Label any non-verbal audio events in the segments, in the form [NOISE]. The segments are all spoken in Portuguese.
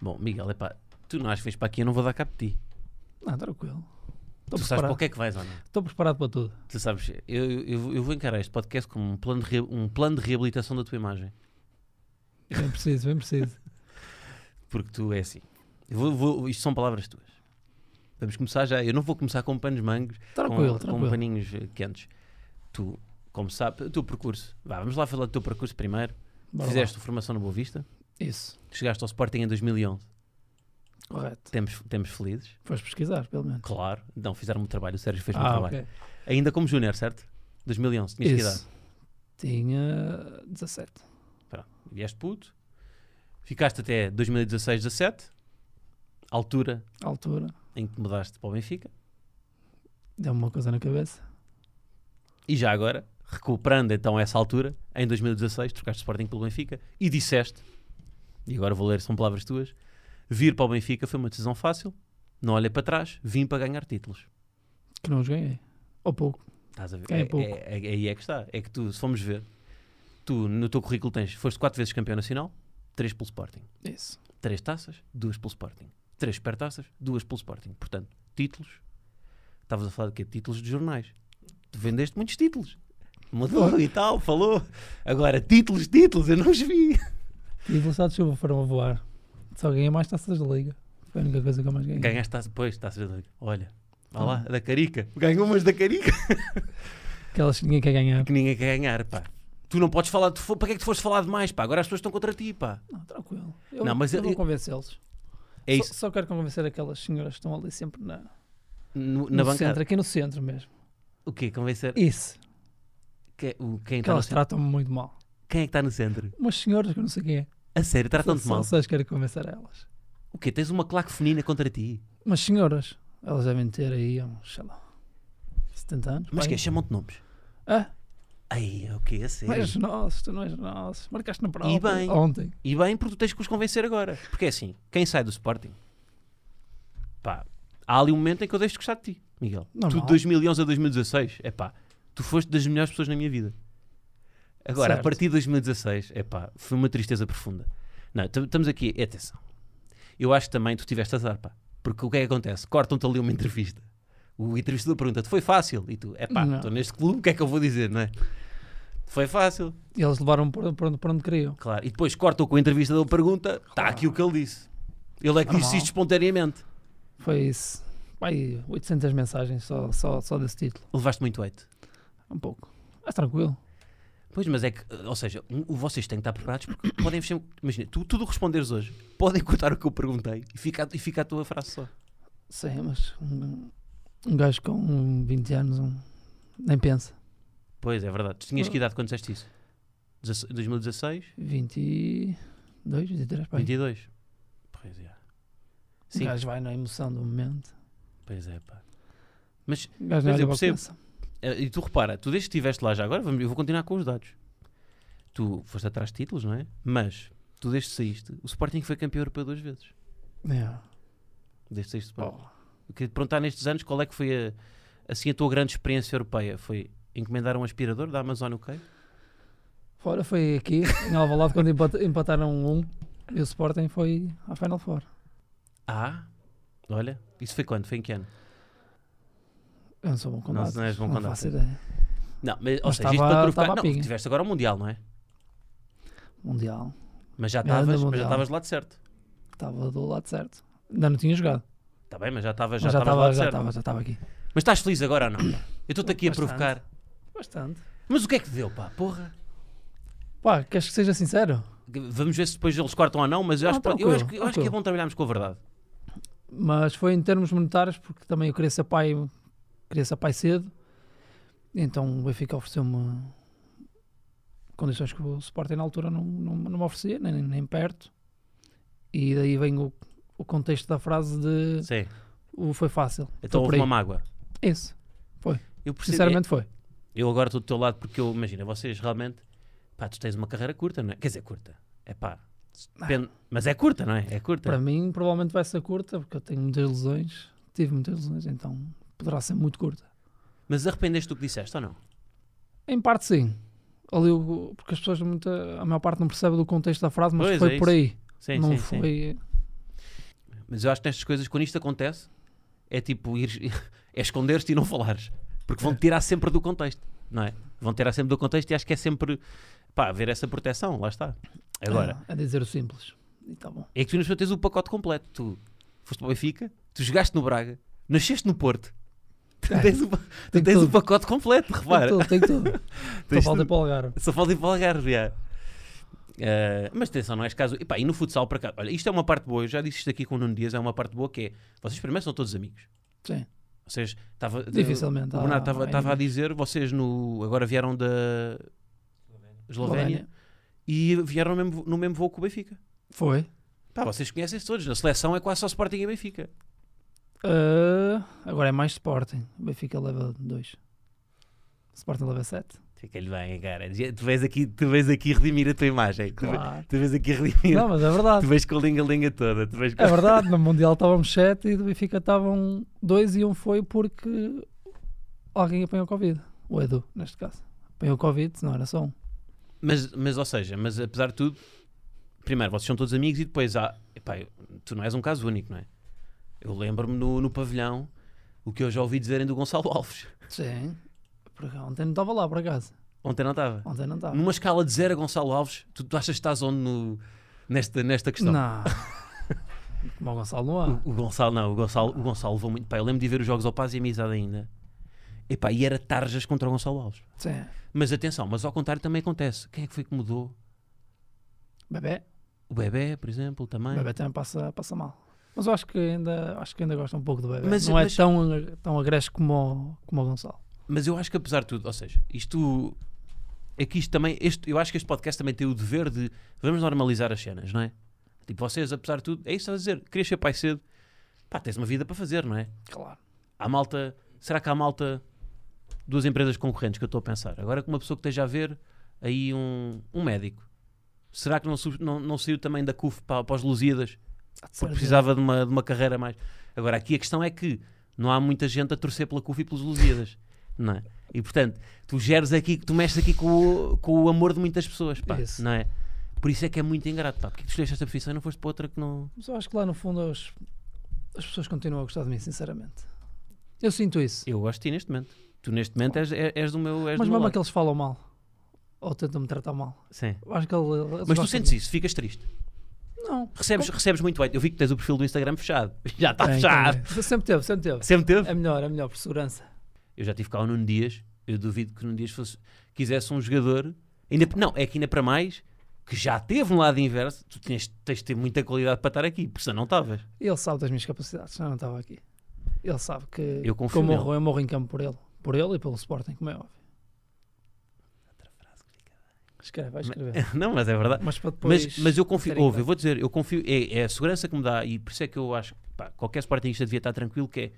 Bom, Miguel, epá, tu não acho que vens para aqui, eu não vou dar cabo de ti. Então Não, Ah, tranquilo. Estou tu sabes para preparado. o que é que vais, Ana? Estou preparado para tudo. Tu sabes, eu, eu, eu vou encarar este podcast como um plano, de re- um plano de reabilitação da tua imagem. Bem preciso, bem preciso. Porque tu é assim. Eu vou- vou- isto são palavras tuas. Vamos começar já. Eu não vou começar com panos mangos, [LAUGHS] Tranquilo, com, com tranquilo. paninhos eh, quentes. Tu, como sabes, o teu percurso. Vá, vamos lá falar do teu percurso primeiro. Bora lá. Fizeste formação no Boa Vista. Isso, Chegaste ao Sporting em 2011. correto. Temos, temos felizes. Foste pesquisar, pelo menos. Claro. Não, fizeram o trabalho. O Sérgio fez o ah, trabalho. ok. Ainda como júnior, certo? 2011. Tinhas que idade. Isso. Tinha 17. Pronto, vieste puto. Ficaste até 2016, 17. Altura Altura. em que mudaste para o Benfica. Deu-me uma coisa na cabeça. E já agora, recuperando então essa altura, em 2016, trocaste Sporting pelo Benfica e disseste, e agora vou ler, são palavras tuas, vir para o Benfica foi uma decisão fácil, não olhei para trás, vim para ganhar títulos. Que não os ganhei. Ou pouco. Estás a ver? É pouco. é- é- aí é que está. É que tu, se formos ver, tu no teu currículo tens, foste quatro vezes campeão nacional, três pelo Sporting. Isso. três taças, duas pelo Sporting. Três supertaças, duas pelo Sporting. Portanto, títulos. Estavas a falar de quê? Títulos de jornais. Tu vendeste muitos títulos. Mudou e tal, falou. Agora, títulos, títulos, eu não os vi. E velocidade de chuva foram a voar. Só ganhei mais taças da liga. Foi a única coisa que eu mais [LAUGHS] ganhei. Ganhaste taça, pois, taças da Liga. Olha, vá lá, da Carica. Ganhou umas da Carica. Aquelas que ninguém quer ganhar. Que ninguém quer ganhar, pá. Tu não podes falar, tu fo- para que é que tu foste falar demais, pá? Agora as pessoas estão contra ti, pá. Não, tranquilo. Eu, Não, mas eu eu- vou convencê-los. É Só- isso, Só, quero convencer aquelas senhoras que estão ali sempre na, no- na no bancada. centro, aqui no centro mesmo. O quê? Convencer? Isso. Que- é o- quem, Que está no elas centro? tratam-me muito mal. Quem é que está no centro? Umas senhoras que eu não sei quem é. A sério, tratam-te Só- mal. Só as quero convencer a elas. O quê? Tens uma claquefonina contra ti? Umas senhoras. Elas devem ter aí uns, sei lá, 70 anos. Mas pá, que é aí. chamam-te nomes? Ah, Ai, o que é sério? não és nosso, tu não és nosso. Marcaste na prova E bem. ontem. E bem, porque tu tens que os convencer agora. Porque é assim, quem sai do Sporting, pá, há ali um momento em que eu deixo de gostar de ti, Miguel. Tu Normal. de 2011 a 2016, é pá, tu foste das melhores pessoas na minha vida. Agora, a Certo. partir de 2016, é pá, foi uma tristeza profunda. Não, tam- estamos aqui, e atenção. Eu acho que também tu tiveste azar, pá. Porque o que é que acontece? Cortam-te ali uma entrevista. O entrevistador pergunta-te, foi fácil? E tu, é pá, Não. estou neste clube, o que é que eu vou dizer, não é? Foi fácil. E eles levaram para para onde, para onde queriam. Claro, e depois cortam com o entrevistador pergunta, está aqui o que ele disse. Ele é que disse Normal. isto espontaneamente. Foi isso. Pai, 800 mensagens só, só, só desse título. Levaste muito hate. Um pouco. Mas tranquilo. Pois, mas é que, ou seja, um- vocês têm que estar preparados porque [COUGHS] podem sempre. Imagina, tu tudo responderes hoje, podem cortar o que eu perguntei e fica, e fica a tua frase só. Sim, mas um, um gajo com 20 anos um, nem pensa. Pois, é verdade. Tu tinhas que idade quando disseste isso? Dezesse- 2016? 22, 23, pai. 22? Pois é. Um Sim, gajo vai na emoção do momento. pois é, pá. Mas Um gajo não Mas eu olha para o que percebo. pensa. Eh, E tu repara, tu desde que estiveste lá já agora, vamos- eu vou continuar com os dados. Tu foste atrás de títulos, não é? Mas tu desde que saíste, o Sporting foi campeão europeu duas vezes. É. Desde que saíste do Sporting. Oh, Eu queria te perguntar nestes anos qual é que foi a, assim a tua grande experiência europeia? Foi encomendar um aspirador da Amazon UK? Fora foi aqui, em Alvalade, quando empat- empataram um, e o Sporting foi à Final Four. Ah, olha, isso foi quando? Foi em que ano? Eu não sou bom com Não, datas. não és bom com faço datas. ideia. Não, mas, ou Mas seja, estava- isto para provocar. estava à Não, pinga. tiveste agora o Mundial, não é? Mundial. Mas já Era do estavas mas já Mundial. estavas do lado certo. Estava do lado certo. Ainda não tinha jogado. Está Tá bem, mas já estavas Mas já já estavas do lado estava já certo. estava já estava aqui. Mas estás feliz agora ou não? Eu estou-te aqui a Bastante. provocar. Bastante. Mas o que é que deu, pá? Porra. Pá, queres que seja sincero? Vamos ver se depois eles cortam ou não, mas eu Ah, acho, que- eu tranquilo, acho que, eu acho que é tranquilo. bom trabalharmos com a verdade. Mas foi em termos monetários, porque também eu queria ser pai, queria ser pai cedo. Então o Benfica ofereceu-me condições que o Sporting na altura não, não, não me oferecia, nem, nem perto. E daí vem o, o contexto da frase de Sim. o foi fácil. Então Estou por houve aí. uma é. mágoa. Isso, Eu percebo- sinceramente foi. Tá. eu agora estou do teu lado porque eu imagino, vocês realmente, pá, tu tens uma carreira curta, não é? Quer dizer, curta. É pá. depende- Mas é curta, não é? É curta. Ah. Para mim, provavelmente vai ser curta, porque eu tenho muitas lesões, tive muitas lesões, então poderá ser muito curta. Mas arrependeste do que disseste ou não? Em parte sim. Ali o- porque as pessoas muita, a maior parte não percebe do contexto da frase, mas Pois, foi é por isso. aí. Sim, não sim, sim. foi. Mas eu acho que nestas coisas, quando isto acontece, é tipo ir, [LAUGHS] é esconder-te e não falares. Porque vão tirar sempre do contexto, não é? Vão tirar sempre do contexto e acho que é sempre pá, haver essa proteção, lá está. Agora, Ah, a dizer o simples. E tá bom. é que tu nos tens o pacote completo. Tu foste para o Benfica, tu jogaste no Braga, nasceste no Porto. Tu tens o, pa- tu É. tem tens o tudo. pacote completo, Tem repara. tudo, [LAUGHS] tem tudo. Só Tens falta tudo. para o Algarve. Só falta ir para o Algarve, já. Ah, mas atenção, não é este caso. E, pá, e no futsal, para cá, olha, isto é uma parte boa. Eu já disse isto aqui com o Nuno Dias. É uma parte boa que é vocês primeiro são todos amigos. Sim. Vocês estava Dificilmente O há- Bernardo há estava- estava a inimigos. dizer, vocês no, agora vieram da Eslovénia Eslovénia. e vieram no mesmo, no mesmo voo que o Benfica. Foi. Pá, vocês conhecem-se todos. Na seleção é quase só Sporting e Benfica. Ah, agora é mais Sporting. O Benfica leva 2. Sporting leva 7. Fica-lhe bem, cara. Tu vês aqui, tu vês aqui redimir a tua imagem. Tu, vês- Claro. tu vês aqui redimir. Não, mas é Tu verdade. vês com a linga-linga toda. Tu vês com... É verdade. No Mundial estávamos 7 e do Benfica estavam 2 e um foi porque alguém apanhou Covid. O Edu, neste caso. Apanhou Covid, senão era só um. Mas, mas, ou seja, mas apesar de tudo, primeiro, vocês são todos amigos e depois há. Epá, eu- tu não és um caso único, não é? Eu lembro-me no, no pavilhão o que eu já ouvi dizerem do Gonçalo Alves. [LAUGHS] Sim. Porque ontem não estava lá, por acaso. Ontem não estava. Ontem não estava. Numa escala de zero a Gonçalo Alves, tu, tu achas que estás onde no- nesta, nesta questão? [LAUGHS] Hum. Não. Como o Gonçalo não há. O Gonçalo, não, o Gonçalo, o Gonçalo levou muito. Pá, eu lembro de ir ver os jogos ao Paz e Amizade ainda. Epá, e era Tarjas contra o Gonçalo Alves. Sim. Mas atenção, mas ao contrário também acontece. Quem é que foi que mudou? Bebé. O Bebé, por exemplo, também. O bebê também passa, passa mal. Mas eu acho que ainda, acho que ainda gosta um pouco do bebê. Mas- não é mas- tão, tão agreste como, o- como o Gonçalo. Mas eu acho que apesar de tudo, ou seja, isto é que isto também, este, eu acho que este podcast também tem o dever de vamos normalizar as cenas, não é? Tipo, vocês, apesar de tudo, é isso a dizer, querias ser pai cedo, pá, tens uma vida para fazer, não é? Claro. Há malta, será que há malta duas empresas concorrentes que eu estou a pensar? Agora que uma pessoa que esteja a ver aí um, um médico, será que não, sub- não, não saiu também da CUF para, para os Lusíadas? é. Porque precisava de uma, de uma carreira mais. Agora, aqui a questão é que não há muita gente a torcer pela CUF e pelos Lusíadas, [LAUGHS] não é? E portanto, tu geres aqui, tu mexes aqui com o, com o amor de muitas pessoas, pá, Isso. não é? Por isso é que é muito ingrato, pá. Porque tu escolheste esta profissão e não foste para outra que não. Mas eu acho que lá no fundo as, as pessoas continuam a gostar de mim, sinceramente. Eu sinto isso. Eu gosto de ti neste momento. Tu neste momento és, é, és, és do meu. És mas do meu mesmo lado. aqueles falam mal. Ou tentam me tratar mal. Sim. Eu Acho que ele, eles Mas tu gostam sentes de- isso, ficas triste. Não. Recebes, recebes muito hate. Eu vi que tens o perfil do Instagram fechado. [LAUGHS] Já está Tem, fechado. tem. Sempre teve, sempre teve. Sempre teve. É melhor, é melhor, por segurança. Eu já tive cá o Nuno Dias. Eu duvido que o Nuno Dias fosse, quisesse um jogador. Ainda, não, é que ainda para mais, que já teve um lado inverso. Tu tinhas, tens de ter muita qualidade para estar aqui, porque senão não estavas. Ele sabe das minhas capacidades, senão eu não estava aqui. Ele sabe que Eu confio que eu nele. morro, eu morro em campo por ele. Por ele e pelo Sporting, como é óbvio. Escreve, vai [LAUGHS] escrever. [LAUGHS] Não, mas é verdade. Mas para depois. Mas, mas eu confio, terem ouve, eu cuidado. vou dizer, eu confio, é, é a segurança que me dá, e por isso é que eu acho que pá, qualquer Sportingista devia estar tranquilo, que é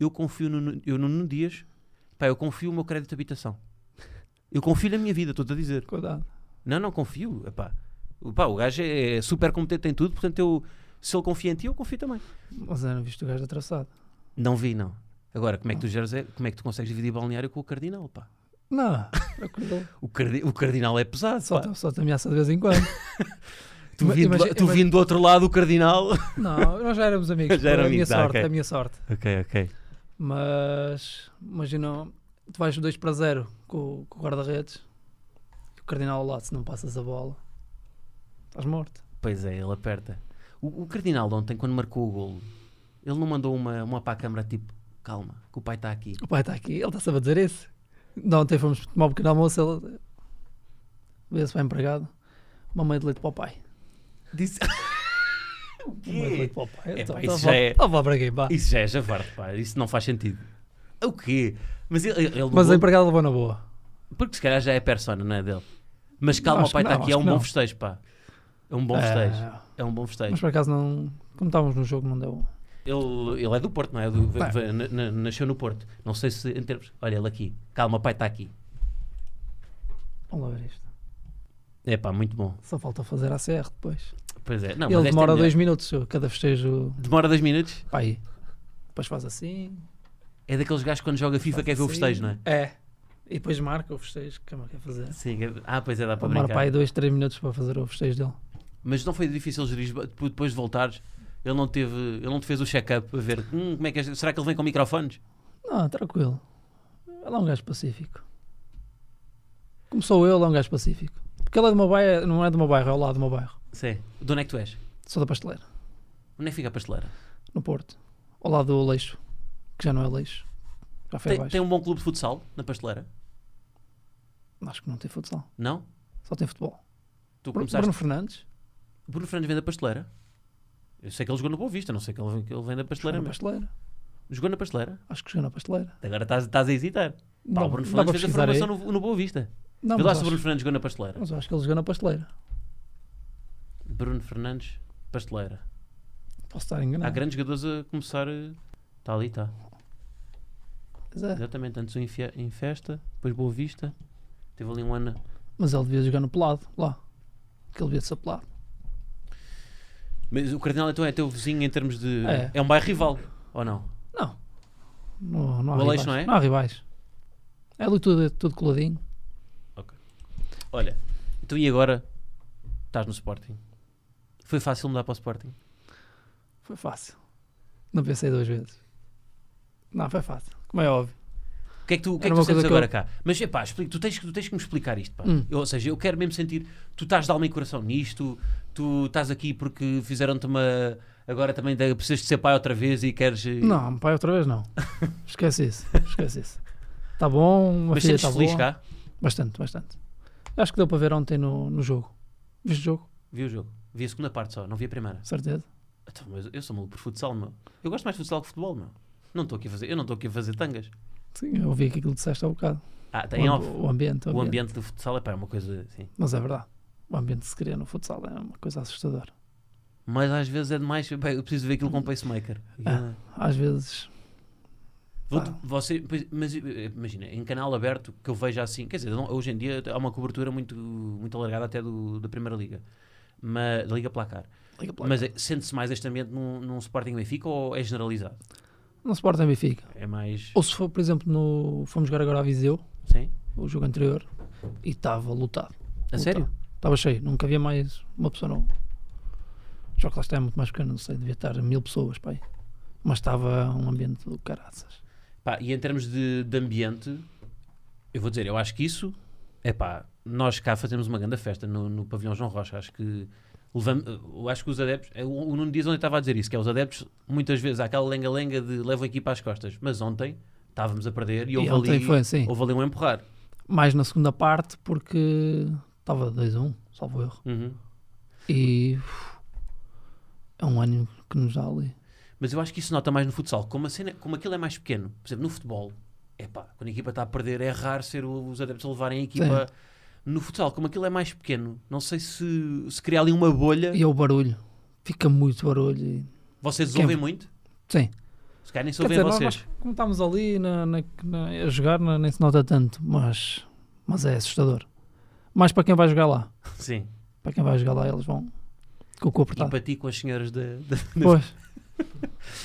eu confio no, Nu- eu no Nuno Dias, pá, eu confio no meu crédito de habitação. Eu confio na minha vida, estou-te a dizer. Cuidado. Não, não confio. Epá. O- pá, o gajo é super competente em tudo, portanto eu, se ele confia em ti, eu confio também. Mas eu não viste o gajo atravessado. Não vi, não. Agora, como é que tu, geras, é- como é que tu consegues dividir balneário com o Cardinal, pá? [LAUGHS] Não, [LAUGHS] tranquilo. O, cardi, o Cardinal é pesado, Só, pá. te- só te ameaça de vez [LAUGHS] em quando. Tu, vindo, Imagina- lá- tu imagina- vindo do outro lado, o Cardinal... Não, nós já éramos [LAUGHS] amigos. Já eram a minha amigos, ah, sorte, ok. a minha sorte. [LAUGHS] ok, ok. Mas imagina, tu vais 2 para 0 com, o- com o guarda-redes, o Cardinal ao lado, se não passas a bola, estás morto. Pois é, ele aperta. O, o Cardinal de ontem, quando marcou o golo, ele não mandou uma, uma para a câmara tipo, calma, que o pai está aqui. O pai está aqui, ele está sempre a dizer isso. Não, ontem fomos tomar um pequeno almoço, ele vê-se bem empregado. Uma meia de leite para o pai. Disse... [LAUGHS] o Uma meia de quê? leite para o pai. É, Então, pá, isso tá já vá- é- tá vá para quem, pá. Isso já é javarde, pá. Isso não faz sentido. O quê? Mas é ele, ele no Mas a golo- empregada levou na boa. Porque se calhar já é persona, não é dele. Mas calma, Acho o pai que está não, aqui, é acho um que bom não. festejo, pá. É um bom É, festejo. É um bom festejo. mas por acaso não. Como estávamos no jogo, não deu. Ele, ele é do Porto, não é? Do, Pá. v- n- n- nasceu no Porto. Não sei se em termos. Olha, ele aqui. Calma, pai está aqui. Vamos lá ver isto. É pá, muito bom. Só falta fazer a CR depois. Pois é. Não, mas ele esta é demora melhor. dois minutos, cada festejo. Demora dois minutos? Pá, aí. Depois faz assim. É daqueles gajos que quando joga FIFA quer ver o assim. festejo, não é? É. E depois marca o festejo, que é o que quer fazer. Sim. é- Ah, pois é, dá para Demora brincar. para aí dois, três minutos para fazer o festejo dele. Mas não foi difícil gerir depois de voltares. Ele não, teve, ele não te fez o check-up a ver "Hum, como é que é, será que ele vem com microfones? Não, tranquilo. Ele é um gajo pacífico. Como sou eu, ele é um gajo pacífico. Porque ele é de uma bairro, não é de uma bairro, é ao lado de uma bairro. Sim. De onde é que tu és? Sou da pasteleira, Onde é que fica a pasteleira? no Porto. Ao lado do Leixo, que já não é Leixo. Já foi Tem, abaixo. tem um bom clube de futsal na pasteleira? Acho que não tem futsal. Não? Só tem futebol. um- Tu Bru- começaste. Bruno, Bruno Fernandes. Fernandes vem da pasteleira? Eu sei que ele jogou no Boa Vista, não sei que ele, vem- que ele vem da pasteleira Jogou na mesmo. pasteleira. Jogou na pasteleira? Acho que jogou na pasteleira. Agora estás, estás a hesitar. Pá, o Bruno dá para Fernandes fez a pesquisar aí. formação no, no Boa Vista. Não, Vê mas lá se o acho- Bruno Fernandes jogou na pasteleira. Mas eu acho que ele jogou na pasteleira. Bruno Fernandes, pasteleira. Posso estar Há enganado. grandes jogadores a começar. Está ali, está. Mas, é. Exatamente, antes o em, Fie- em festa, depois Boa Vista. Teve ali um ano. Mas ele devia jogar no pelado, lá. Que ele devia ser pelado. Mas o Cardinal então é teu vizinho em termos de. É, É. um bairro rival, ou não? Não. Não, não há O Aleixo, rivais. não é? Não há rivais. É ali tudo, tudo coladinho. Olha, então e agora estás no Sporting? Foi fácil mudar para o Sporting? Foi fácil. Não pensei duas vezes. Não, foi fácil. Como é óbvio. O que é que tu, o que é que Era tu uma sentes coisa que agora cá? Mas epá, explica, tu, tens, que- tu tens que me explicar isto. Pá. Hum. Eu, ou seja, eu quero mesmo sentir. Tu estás de alma e coração nisto, tu estás aqui porque fizeram-te uma. Agora também de- precisas de ser pai outra vez e queres. eh, Não, pai, outra [LAUGHS] vez não. Esquece isso. Esquece isso. Está bom, uma mas filha sentes está feliz boa. cá? Bastante, bastante. Acho que deu para ver ontem no, no jogo. Viste o jogo? Vi o jogo. Vi a segunda parte só, não vi a primeira. Certeza. Então, mas eu sou maluco por futsal, meu. Eu gosto mais de futsal que futebol, meu. Não estou aqui a fazer, eu não estou aqui a fazer tangas. Sim, eu ouvi aquilo que disseste há bocado. Ah, tem O, off. amb- o ambiente. O ambiente do futsal é pá, é uma coisa assim. Mas é verdade. O ambiente que se cria no futsal é uma coisa assustadora. Mas às vezes é demais. [LAUGHS] pá, eu preciso ver aquilo com pacemaker. Ah. Às vezes. Vou- Pá. você, pois, mas eh, imagina, em canal aberto que eu vejo assim, quer dizer, não- hoje em dia há uma cobertura muito, muito alargada até do, da Primeira Liga, mas, da Liga Placar. Liga para lá. Mas eh, sente-se mais este ambiente num, num Sporting Benfica ou é generalizado? No Sporting Benfica. É mais. Ou se for, por exemplo, no. Fomos jogar agora a Viseu, Sim? o jogo anterior, e estava lotado. A Lotado. sério? Estava cheio, nunca havia mais uma pessoa não. Só que lá está é muito mais pequeno, não sei, devia estar mil pessoas, pai. Mas estava um ambiente do caraças. Pá, e em termos de, de ambiente, eu vou dizer, eu acho que isso é pá, nós cá fazemos uma grande festa no, no pavilhão João Rocha, acho que levamos, eu acho que os adeptos, é, o o Nuno Dias ontem estava a dizer isso, que é os adeptos muitas vezes há aquela lenga-lenga de levam a equipa às costas, mas ontem estávamos a perder e E houve, ontem ali, foi assim. houve ali um empurrar. Mais na segunda parte, porque estava 2-1, salvo erro. Uhum. E. uf, é um ano que nos dá ali. Mas eu acho que isso nota mais no futsal. Como, a cena, como aquilo é mais pequeno, por exemplo, no futebol, é pá, quando a equipa está a perder, é raro ser o- os adeptos a levarem a equipa. No futsal, como aquilo é mais pequeno, não sei se, se cria ali uma bolha. E é o barulho. Fica muito barulho. e- Vocês Quem- ouvem muito? Sim. Se calhar nem se Quer ouvem dizer, nós, vocês. nós, como estávamos ali na- na- na- a jogar, na- nem se nota tanto, mas, mas é assustador. Mais para quem vai jogar lá. [LAUGHS] Sim. Para quem vai jogar lá, eles vão com o cu E apertado. para ti com as senhoras da. da- [LAUGHS] Pois.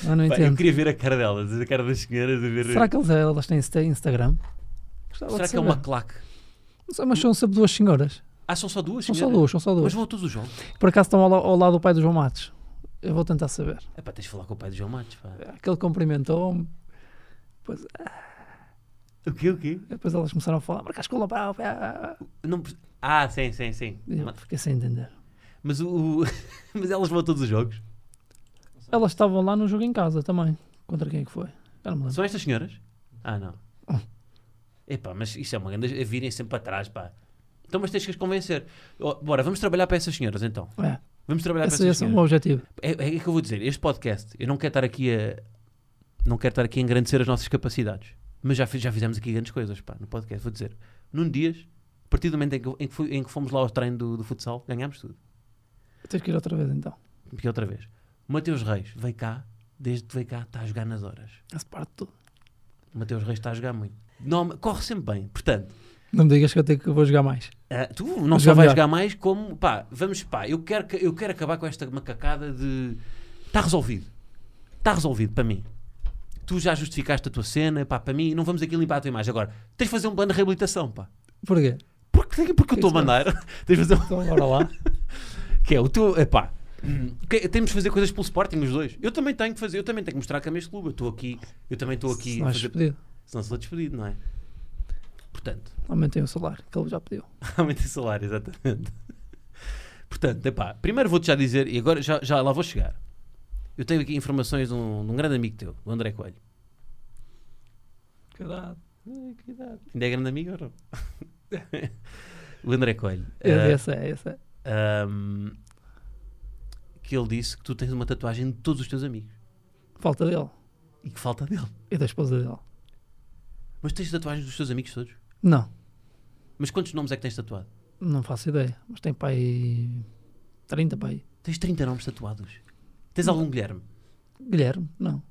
Eu não Pá, eu entendo. queria ver a cara delas, a cara das senhoras, a ver. Será que eles, elas têm Insta- Instagram? Gostava Será de que é saber. uma claque? Não sei, mas são sempre duas senhoras. Ah, são só duas? São só senhoras? duas, são só Mas duas. vão a todos os jogos. Por acaso estão ao, la- ao lado do pai do João Matos. Eu vou tentar saber. É pá, tens de falar com o pai do João Matos. Pá. Aquele cumprimentou-me. Depois, O quê? O quê? depois elas começaram a falar, marcaste com o Lapau. pá." Não... perce- Ah, sim, sim, sim. E eu Ma- Fiquei sem entender. Mas, o... [LAUGHS] o- Mas elas vão a todos os jogos. Elas estavam lá no jogo em casa também. Contra quem é que foi? Já não me lembro. São estas senhoras? Ah, não. Hum. Epá, mas isso é uma grande. é Virem sempre para trás, pá. Então, mas tens que as convencer. Ó, bora, vamos trabalhar para essas senhoras então. É, Vamos trabalhar esse, para essas esse é o meu senhoras. objetivo. É, é que eu vou dizer, este podcast, eu não quero estar aqui a não quero estar aqui a engrandecer as nossas capacidades, mas já, fi- já fizemos aqui grandes coisas pá, no podcast, vou dizer. Num dias, a partir do momento em que, em que fui- em que fomos lá ao treino do, do futsal, ganhámos tudo. Tens que ir outra vez então. Porque outra vez. O Mateus Reis veio cá, desde que veio cá, está a jogar nas horas. Essa parte de tudo. O Mateus Reis está a jogar muito. Não, mas corre sempre bem, portanto. Não me digas que eu tenho que eu vou jogar mais. ah, tu não Mas só já vais melhor. jogar mais como pá, vamos pá, eu quero, que- eu quero acabar com esta macacada de está resolvido, está resolvido para mim. Tu já justificaste a tua cena, pá, para mim, não vamos aqui limpar a tua imagem. Agora, tens de fazer um plano de reabilitação, pá. Porquê? Porque, porque eu estou a [LAUGHS] Isso mesmo. mandar, tens de fazer um Então bora lá. que é o teu, epá, Que- Temos de fazer coisas pelo Sporting, os dois. Eu também tenho que fazer, eu também tenho que mostrar que amo este clube. Eu estou aqui, eu também estou aqui. Não a é fazer- despedido. Senão sou despedido, não é? Portanto, Aumentem o salário, que ele já pediu. aumentem o salário, exatamente. Portanto, epá, primeiro vou-te já dizer, e agora já, já lá vou chegar. Eu tenho aqui informações de um, de um grande amigo teu, do André Coelho. Caralho. Ai, cuidado. Ainda é grande amigo ou não? [LAUGHS] o André Coelho. É, Ah, essa é, essa é. ahm, que ele disse que tu tens uma tatuagem de todos os teus amigos. Falta dele E que falta dele. e da esposa dele. Mas tens tatuagens dos teus amigos todos? Não, Mas quantos nomes é que tens tatuado? não faço ideia. Mas tem pai 30 pai. Tens 30 nomes tatuados. Tens algum Guilherme? Guilherme, não.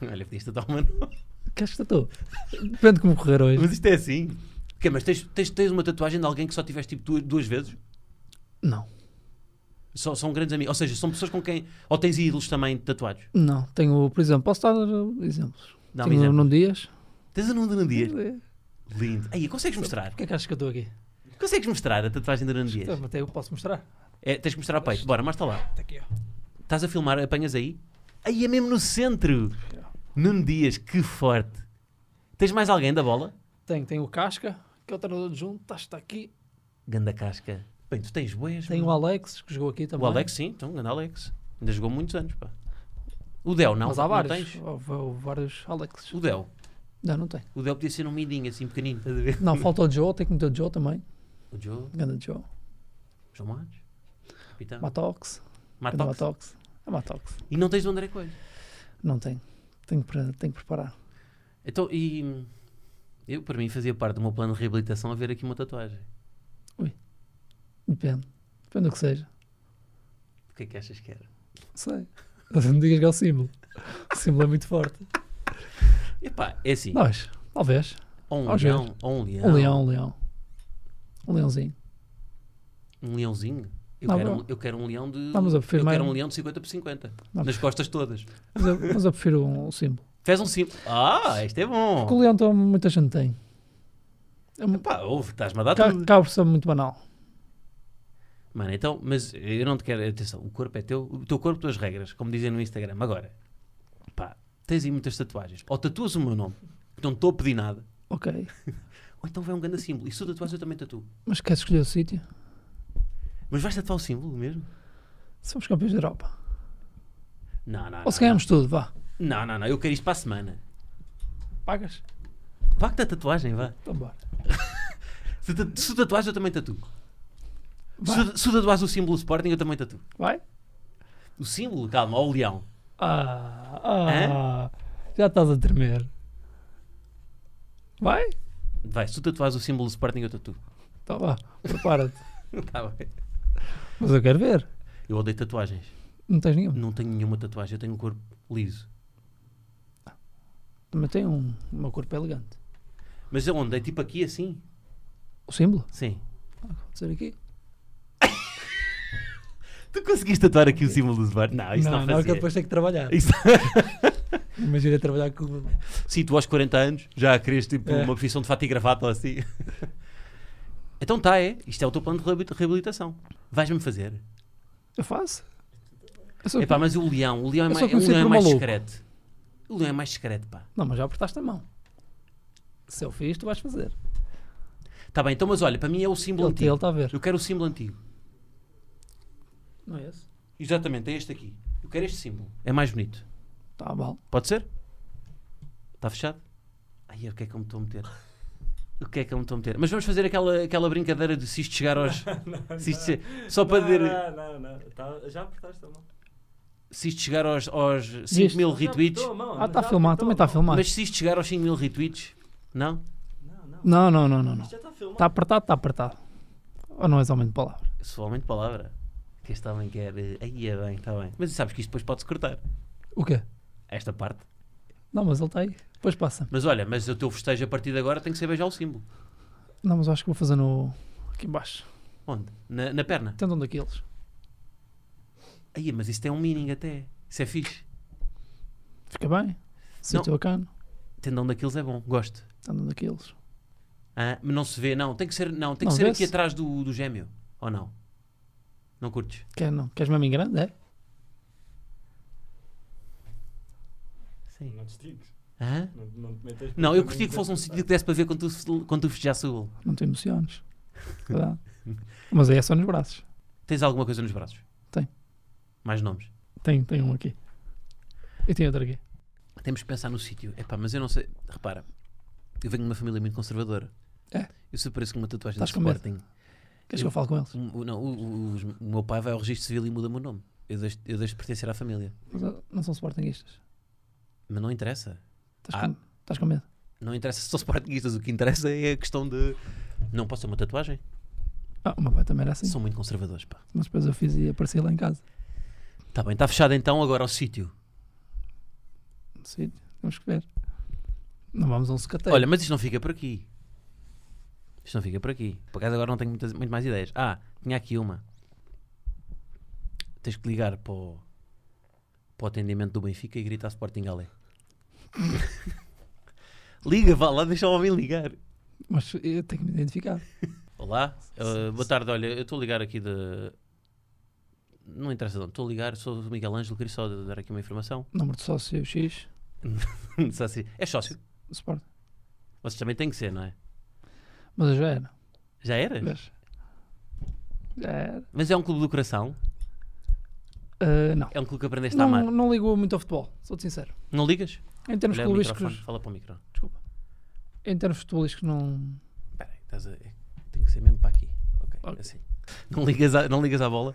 Olha, podias tatuar um uma nova. Que acho que estou. Depende de como correr hoje. Mas isto é assim. Quê, mas tens, tens, tens uma tatuagem de alguém que só tiveste tipo duas, duas vezes? Não, Só, são grandes amigos. Ou seja, são pessoas com quem. Ou tens ídolos também tatuados? não. Tenho, por exemplo, posso dar uh, exemplos? Dá-me Tenho o exemplo. Nuno Dias. Tens o nome do Nuno Dias? Porquê Lindo. Aí, consegues mostrar? é que achas que eu estou aqui? Consegues mostrar a tatuagem do Nuno Dias? Tá Então, Até eu posso mostrar. É, tens que mostrar o peito. Bora, mostra lá. Está aqui, ó. Estás a filmar, apanhas aí? Aí é mesmo no centro. Nuno Dias, que forte. Tens mais alguém da bola? Tenho, tenho o Casca, que é o treinador de junto, tá- está aqui. Ganda casca. Bem, tu tens boas. Tenho o Alex, que jogou aqui também. O Alex, sim, então, grande Alex. Ainda jogou muitos anos, pá. O Del, não. Mas há não vários. tens? Houve- houve vários Alex. O Del. Não, não tem. O Del podia ser um midinho, assim, pequenino. estás a ver? Não, falta o Joe, tem que meter o Joe também. O Joe, Grande Joe. João Matos. Capitão. Matox. Marta Grande Ox. Matox. É Matox. E não tens o André Coelho. Não tenho. Tenho que, pre- tenho que preparar. Então, e... Eu, para mim, fazia parte do meu plano de reabilitação haver aqui uma tatuagem. Depende. Depende do que seja. O que é que achas que era? Não sei. Não digas que é o símbolo. O símbolo é muito forte. Epá, é assim. Nós, talvez. Ou um Aos leão, ou um leão. Um leão, um leão. Um leãozinho. Um leãozinho. Eu, Não, quero, não. um, eu quero um leão de... Vamos a eu primeira- quero um leão de 50 por 50. Não, nas costas todas. Mas eu, mas eu prefiro um, um símbolo. Fez um simples. Ah, isto é bom. Porque o leão então, muita gente tem. É um- Pá, ouve, estás-me a dar Ca- tudo. Acaba por ser muito banal. Mano, então, mas eu não te quero. Atenção, o corpo é teu, o teu corpo, tuas regras, como dizem no Instagram. Agora, pá, tens aí muitas tatuagens. Ou tatuas o meu nome, que não estou a pedir nada, Ok. ou então vem um grande símbolo. E se tu tatuas, eu também tatuo. Mas queres escolher o sítio? Mas vais tatuar o símbolo mesmo? Somos campeões da Europa. Não, não. Ou não, se ganhamos tudo, vá. Não, não, não, não, eu quero isto para a semana. Pagas? Vá que dá tatuagem, vá. Então bora. Se, tu- se tu tatuas, eu também tatuo. Vá. Se, tu- se tu tatuas o símbolo do Sporting, eu também tatuo. Vai? O símbolo, calma, ó o leão. Ah, ah, já estás a tremer. Vai? Vai, se tu tatuas o símbolo do Sporting, eu tatuo. [LAUGHS] Então vá, prepara-te. Tá bem. [LAUGHS] Mas eu quero ver. Eu odeio tatuagens. Não tens nenhum? Não tenho nenhuma tatuagem, eu tenho um corpo liso. Também tem um. O meu corpo é elegante. Mas é onde? É tipo aqui assim? O símbolo? Sim. Vou dizer aqui. Tu conseguiste tatuar aqui o símbolo do Sbar? Ah, Não, isso não, porque fazia. depois tenho que trabalhar. Isso- [LAUGHS] Imagina trabalhar com. Sim, tu aos 40 anos já querias tipo É. uma profissão de fato e gravata ou [LAUGHS] assim. então tá, é. Isto é o teu plano de reabi- reabilitação. Vais-me fazer. Eu faço? Eu sou- Epá, mas o leão, o leão é Eu sou mais, o conhecido leão é por mais maluco. discreto. O leão é mais discreto, pá. Não, mas já apertaste a mão. Se eu fiz, tu vais fazer. Tá bem, então, mas olha, para mim é o símbolo Ele ele antigo. está a ver. Eu quero o símbolo antigo. Não é esse? Exatamente, é este aqui. Eu quero este símbolo. É mais bonito. Está mal. Pode ser? Está fechado? Ai, o que é que eu me estou a meter? O que é que eu me estou a meter? Mas vamos fazer aquela, aquela brincadeira de se isto chegar aos. se isto che- Só para dizer. Não, não, não. Tá- já apertaste a mão. Se isto chegar aos, aos 5 Diz-te. mil Já retweets. apertou a mão, Ah, está já filmado, apertou também a está mão. filmado. Mas se isto chegar aos 5 mil retweets. Não? Tá. Não, não. Não, não, não, não. não. Isto já está filmado. Está apertado, está apertado. Ou não és homem de palavra? Somente palavra. Que este homem quer. eh, Aí é bem, está bem. Mas sabes que isto depois pode-se cortar. O quê? Esta parte. Não, mas ele está aí. Depois passa. Mas olha, mas o teu festejo a partir de agora tem que ser beijar o símbolo. Não, mas eu acho que vou fazer no. aqui embaixo. Onde? Na, na perna. Tendo um daqueles. Aí, mas isso tem um meaning até. Isso é fixe. Fica bem? Sinto bacana. Tendão daqueles é bom. Gosto. Tendo um daqueles. Ah, mas não se vê, não. Tem que ser, não, tem que Não ser vê-se? aqui atrás do, do gêmeo. Ou não? Não curtes? Quer, não. Queres mesmo em grande? É? Sim. Não te estiques. Hã? Não, não te metas. Não, eu curtia que fosse um sítio que desse para ver quando tu, quando tu festejasse o gol. Não te emociones. [LAUGHS] Tá? Mas aí é só nos braços. Tens alguma coisa nos braços? Tenho. Mais nomes? Tem, tem um aqui. E tem outro aqui. Temos que pensar no sítio. Epá, mas eu não sei. Repara, eu venho de uma família muito conservadora. É. Eu se apareço com uma tatuagem Estás de com medo? Sporting. Queres que eu fale com eles? O, o- não, o, o- os- o meu pai vai ao registro civil e muda-me o nome. Eu deixo, eu deixo de pertencer à família. Mas, ah, não são sportinguistas. Mas não interessa. Estás Ah. com, estás com medo? Não interessa se são [LAUGHS] sportinguistas. O que interessa é a questão de. Não posso ter uma tatuagem. Ah, o meu pai também era assim. São muito conservadores, pá. Mas depois eu fiz e apareci lá em casa. Está bem, está fechado então agora ao sítio. No sítio. Temos que ver. Não vamos a um secateiro. Olha, mas isto não fica por aqui. Isto não fica por aqui. Por acaso agora não tenho muitas, muito mais ideias. Ah, tinha aqui uma. Tens que ligar para o, para o atendimento do Benfica e gritar Sporting Ale. [LAUGHS] Liga, vá lá, deixa o homem ligar. Mas eu tenho que me identificar. Olá, Sim, eh, sim. boa tarde. Olha, eu estou a ligar aqui de. Não interessa de onde, estou a ligar, sou o Miguel Ângelo, queria só dar aqui uma informação. [LAUGHS] Número de sócio X. Só assim, é sócio, Sport. vocês também têm que ser, não é? Mas eu já era. Já eras? vês? Já era. Mas é um clube do coração, Ah, não. é um clube que aprendeste a amar. Não, não ligo muito ao futebol, sou-te sincero. Não ligas? Em termos Olha o futebolísticos, microfone, Fala para o micro. em termos futebolísticos não. Espera aí, estás a... é, tem que ser mesmo para aqui. Ok, Ok. assim. Não ligas, à, não ligas à bola?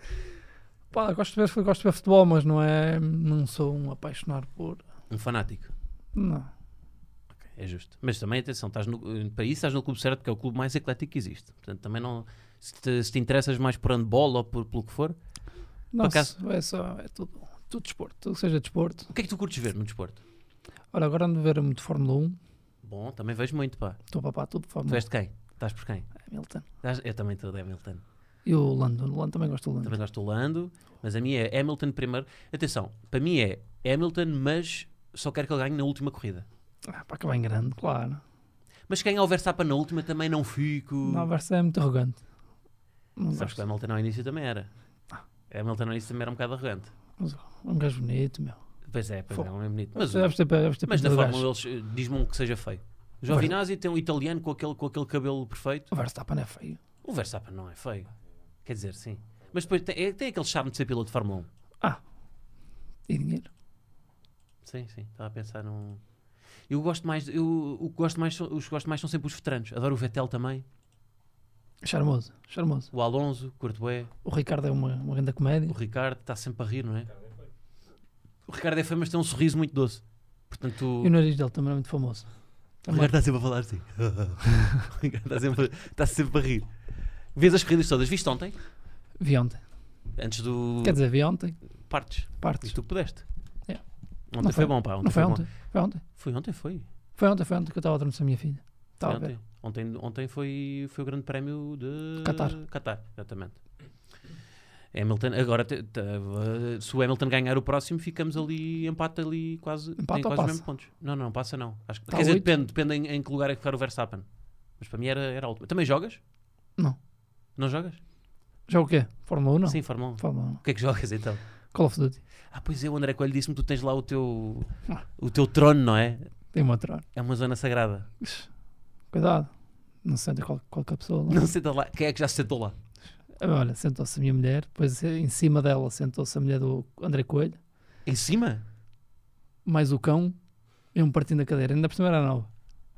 Pá, gosto de, ver, gosto de ver futebol, mas não é. Não sou um apaixonado por. Um fanático. Não. Ok, é justo. Mas também, atenção, estás no, para isso estás no clube certo, porque é o clube mais eclético que existe. Portanto, também não... Se te, se te interessas mais por handball ou por, pelo que for, Não, acaso- se- é só. É tudo. Tudo desporto. Tudo que seja desporto. o que é que tu curtes ver no desporto? Ora, agora ando a ver muito Fórmula 1. Bom, também vejo muito, pá. Estou a papar tudo de Tu Fórmula és de quem? Estás por quem? 1. Hamilton. Estás- Eu também estou de Hamilton. E o Lando. O Lando também gosto do Lando. Também gosto do Lando, mas a minha é Hamilton primeiro. Atenção, para mim é Hamilton, mas só quero que ele ganhe na última corrida. Ah, pá, que bem grande, claro. Mas quem ao Verstappen na última também não fico. Não, o Verstappen é muito arrogante. Não Hum. Ah. Sabes que o gosto. Hamilton ao início também era. O Hamilton ao início também era um bocado arrogante. É um gajo bonito, meu. Pois é, pois Fo- é, não é bonito. Mas, deves ter, deves ter mas na pedido ao gajo. Fórmula eles eh, diz-me um que seja feio. O Giovinazzi tem um italiano com aquele, com aquele cabelo perfeito. O Verstappen é feio. O Verstappen não é feio. Quer dizer, sim. Mas depois tem, é- tem aquele charme de ser piloto de Fórmula 1. E dinheiro. Sim, sim. Estava a pensar num. Eu gosto mais, eu, o que gosto mais, são- os que gosto mais são sempre os veteranos. Adoro o Vettel também, Charmoso, charmoso. o Alonso, o Courtois, O Ricardo é uma, uma grande o comédia. Ricardo, está sempre a rir, não é? O Ricardo é feio, mas tem um sorriso muito doce. Portanto, E o nariz dele também é muito famoso. O Ricardo está sempre a falar assim. [LAUGHS] o Ricardo está sempre, está sempre a rir. Vês as corridas todas? Viste ontem? Vi ontem. Antes do. Quer dizer, vi ontem. Partes. Partes. Viste tu que pudeste. É. Ontem Não foi foi. bom, pá. Ontem Não foi bom. ontem. Foi ontem. Foi ontem, foi. Foi ontem, foi ontem que eu estava a adormecer a minha filha. Foi Estava a ver. ontem. Ontem, ontem foi, foi o grande prémio de. Qatar. Qatar, exatamente. Hamilton, agora te- te- eh, se o Hamilton ganhar o próximo, ficamos ali, empate ali quase. tem Empate ou quase os passa? mesmos pontos. Não, não, passa não. Acho que, Tá quer dizer, oito. depende, depende em, em que lugar é que ficar o Verstappen. Mas para mim era, era a última. Também jogas? Não. Não jogas? Já o quê? Fórmula 1 não? Sim, Fórmula 1. Fórmula 1. O que é que jogas então? Call of Duty. Ah, pois é, o André Coelho disse-me que tu tens lá o teu, Ah. o teu trono, não é? Tem uma outra hora. É uma zona sagrada. Cuidado. Não se senta qual, qualquer pessoa lá. Não senta lá. Quem é que já se sentou lá? Olha, sentou-se a minha mulher. Depois em cima dela sentou-se a mulher do André Coelho. Em cima? Mais o cão. E um partindo da cadeira. Ainda por cima era nova.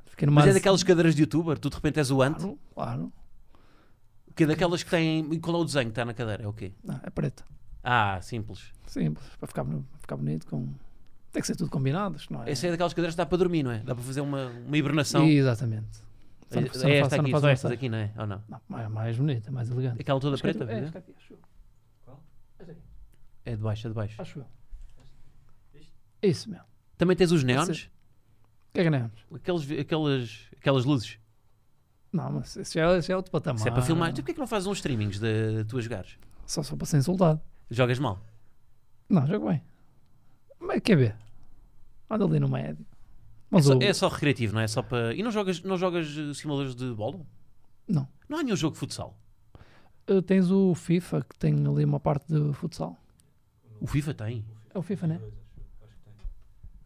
Fiquei numa Mas é ansi- daquelas cadeiras de youtuber, tu de repente és o ante, Claro, claro. que é daquelas que têm. e Qual é o desenho que está na cadeira? É o quê? Não, é preto. Ah, simples. Simples, para ficar, boni- para ficar bonito. Com... Tem que ser tudo combinado, isto não é? Essa é daquelas cadeiras que dá para dormir, não é? Dá para fazer uma, uma hibernação. E- Exatamente. Só É não- só é não faz- esta só não aqui, faz são estas massagem. aqui, não é? Ou não? Não, é mais bonito, é mais elegante. Aquela toda Acho que é preta, tu- é, viu? acho que é tu, acho eu. Qual? Esta aqui, é de baixo, é de baixo. Acho eu. Isto? Isso mesmo. Também tens os neons? O que é que ganhamos? Aqueles, aquelas, aquelas luzes. Não, mas isso já, é- isso já é outro patamar. Se é para filmar, tu porquê que não fazes uns streamings de, de tu a jogares? Só só para ser insultado. Jogas mal? Não, jogo bem. é Mas quer ver? Anda ali no médio. Mas Só- o... é só recreativo, não é? Só para. E não jogas, não jogas eh, simuladores de bola? Não. Não há nenhum jogo de futsal. eh, tens o FIFA, que tem ali uma parte de futsal. O FIFA tem. É o FIFA, né?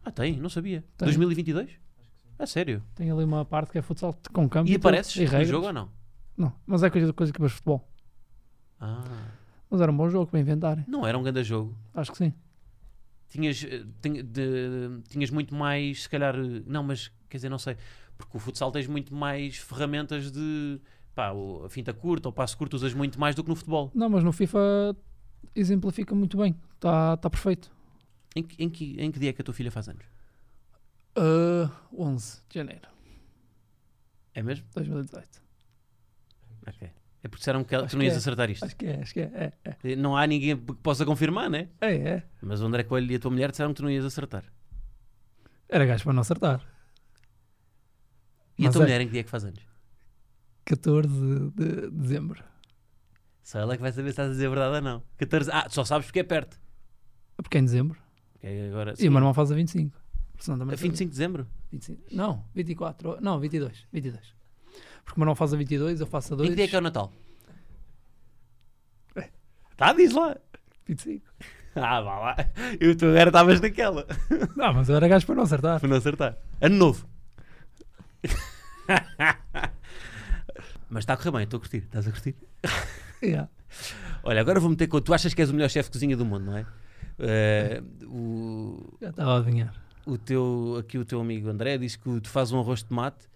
Ah, tem, não sabia. Tem. 2022? A sério. Tem ali uma parte que é futsal t- com campo. E tudo, apareces e no regras. jogo ou não? Não, mas é coisa, coisa que vejo futebol. Ah, Mas era um bom jogo para inventarem. não era um grande jogo. Acho que sim. Tinhas, eh, tinha- de- tinhas muito mais, se calhar. eh, Não, mas quer dizer, não sei. Porque o futsal tens muito mais ferramentas de. Pá, o- a finta curta ou o passo curto usas muito mais do que no futebol. Não, mas no FIFA exemplifica muito bem. Está tá perfeito. Em que, em, que, em que dia é que a tua filha faz anos? Uh, Ah, 11 de janeiro É mesmo? de 2018. Ok. É porque disseram que ela- Acho tu não ias que é. acertar isto. Eh, Acho que é, acho que é. É, é. Não há ninguém que possa confirmar, né? é, é. Mas o André Coelho e a tua mulher disseram que tu não ias acertar. Era gajo para não acertar. E a Mas tua é. mulher em que dia é que faz anos? 14 de dezembro. Só ela é que vai saber se estás a dizer a verdade ou não. 14. Ah, só sabes porque é perto. Porque é em dezembro. Ok, agora. E o meu irmão faz a 25. Senão também A 25 de dezembro? 25. Não, 24. Não, 22. 22. Porque o meu irmão faz a 22, eu faço a Em 2. que dia é que é o Natal? É. Tá, diz lá. 25. Ah, vá lá. Eu tu agora estavas naquela. Não, mas eu era gajo para não acertar. [LAUGHS] Para não acertar. Ano novo. [LAUGHS] Mas está a correr bem, estou a curtir. Estás a curtir? Yeah. Olha, agora vou meter com. Tu achas que és o melhor chefe de cozinha do mundo, não é? Eh, o, Já estava a adivinhar. o teu, aqui o teu amigo André diz que tu fazes um arroz de tomate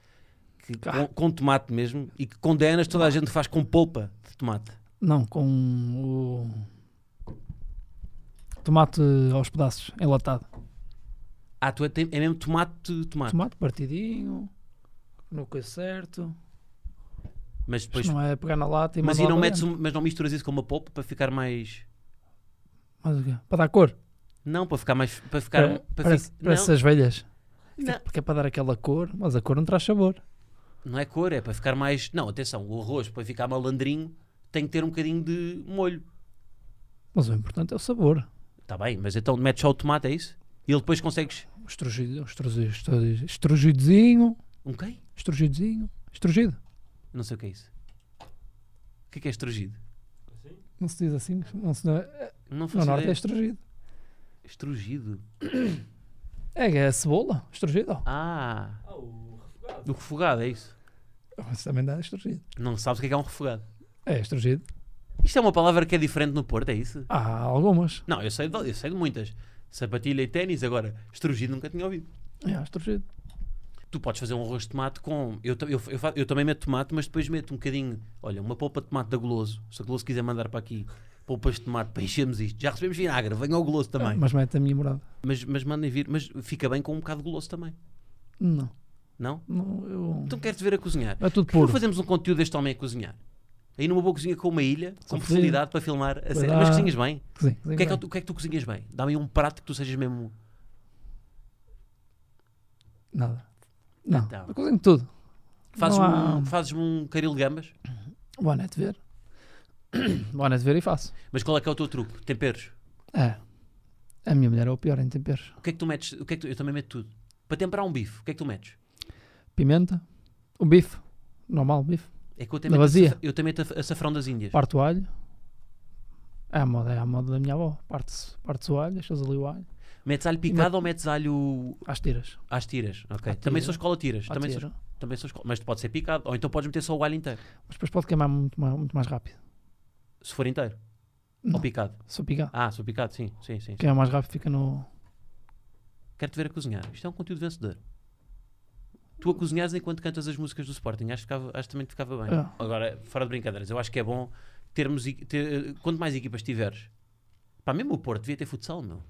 que, com, Ah. com tomate mesmo e que condenas toda a gente faz com polpa de tomate. Não, com o. Tomate aos pedaços, enlatado. Ah, tu é, tem- é mesmo tomate de tomate. Tomate partidinho, no coisa certo. Mas depois. Isto não é pegar na lata e mas, e mandar não lá metes, dentro. um- mas não misturas isso com uma polpa para ficar mais. Mas o quê? Para dar cor. Não, para ficar mais. Para ficar. Para- um- para É, parece fi- parece as velhas. não, não, Porque é para dar aquela cor, mas a cor não traz sabor. não é cor, é para ficar mais. Não, atenção, o arroz para ficar malandrinho tem que ter um bocadinho de molho. Mas o importante é o sabor. Está bem, mas então metes só o tomate, é isso? E ele depois consegues. Um estrugido- um estrugido- estrugido- Estrugidozinho, Um quê? estrugidozinho, estrugido. Não sei o que é isso. O que é que é estrugido? Assim? Não se diz assim, não se, não, Não no faço norte é ideia. estrugido. Estrugido. É, é a cebola, estrugido. Ah, Ah, o refogado. do refogado, é isso. Mas também dá estrugido. Não sabes o que é, que é um refogado. É estrugido. Isto é uma palavra que é diferente no Porto, é isso? Há algumas. Não, eu sei de, eu sei de muitas. Sapatilha e ténis, agora, estrugido nunca tinha ouvido. É, há estrugido. Tu podes fazer um arroz de tomate com. Eu, ta- eu, eu, fa- eu também meto tomate, mas depois meto um bocadinho. Olha, uma polpa de tomate da Goloso. Se a Goloso quiser mandar para aqui polpas de tomate para enchermos isto, já recebemos vinagre, venha ao Goloso também. mas... Ah, Mas mete a minha morada. Mas, mandem vir, mas fica bem com um bocado de Goloso também, Não, não? não eu... Então quero-te ver a cozinhar. é tudo Por puro. que fazemos um conteúdo deste homem a cozinhar? Aí numa boa cozinha com uma ilha, com Sim. profundidade para filmar a Vai série. lá. Mas cozinhas bem. Sim, sim, O que, é que, bem. tu- o que é que tu cozinhas bem? Dá-me um prato que tu sejas mesmo. Nada. Não, Então. eu cozinho tudo. Fazes-me Não um, há- fazes-me um caril de gambas. Boa noite ver. [COUGHS] Boa noite ver e faço. Mas qual é que é o teu truque? Temperos. É. A minha mulher é o pior em temperos. O que é que tu metes? O que é que tu- Eu também meto tudo. Para temperar um bife, o que é que tu metes? Pimenta, o bife, normal bife. É que eu Na também meto, vazia? açaf- eu também meto af- açafrão das Índias. Parte o alho. É a moda, é a moda da minha avó. Parte-se parte o alho, deixas ali o alho. Metes alho picado ou metes alho Às tiras. às tiras? Ok. À Também tira. sou escola tiras. À Também, tira. Sou, também sou escola. Mas pode ser picado. Ou então podes meter só o alho inteiro. Mas depois pode queimar muito mais, muito mais rápido. Se for inteiro. Ou Não. picado. Se eu picar. Ah, se for picado, sim. Sim, sim. sim. Queima mais rápido, fica no. Quero-te ver a cozinhar. Isto é um conteúdo vencedor. Tu a cozinhares enquanto cantas as músicas do Sporting. Acho que, ficava- acho que também te ficava bem. É. Agora, fora de brincadeiras, eu acho que é bom termos. e- ter- quanto mais equipas tiveres. Pá, mesmo o Porto devia ter futsal, meu.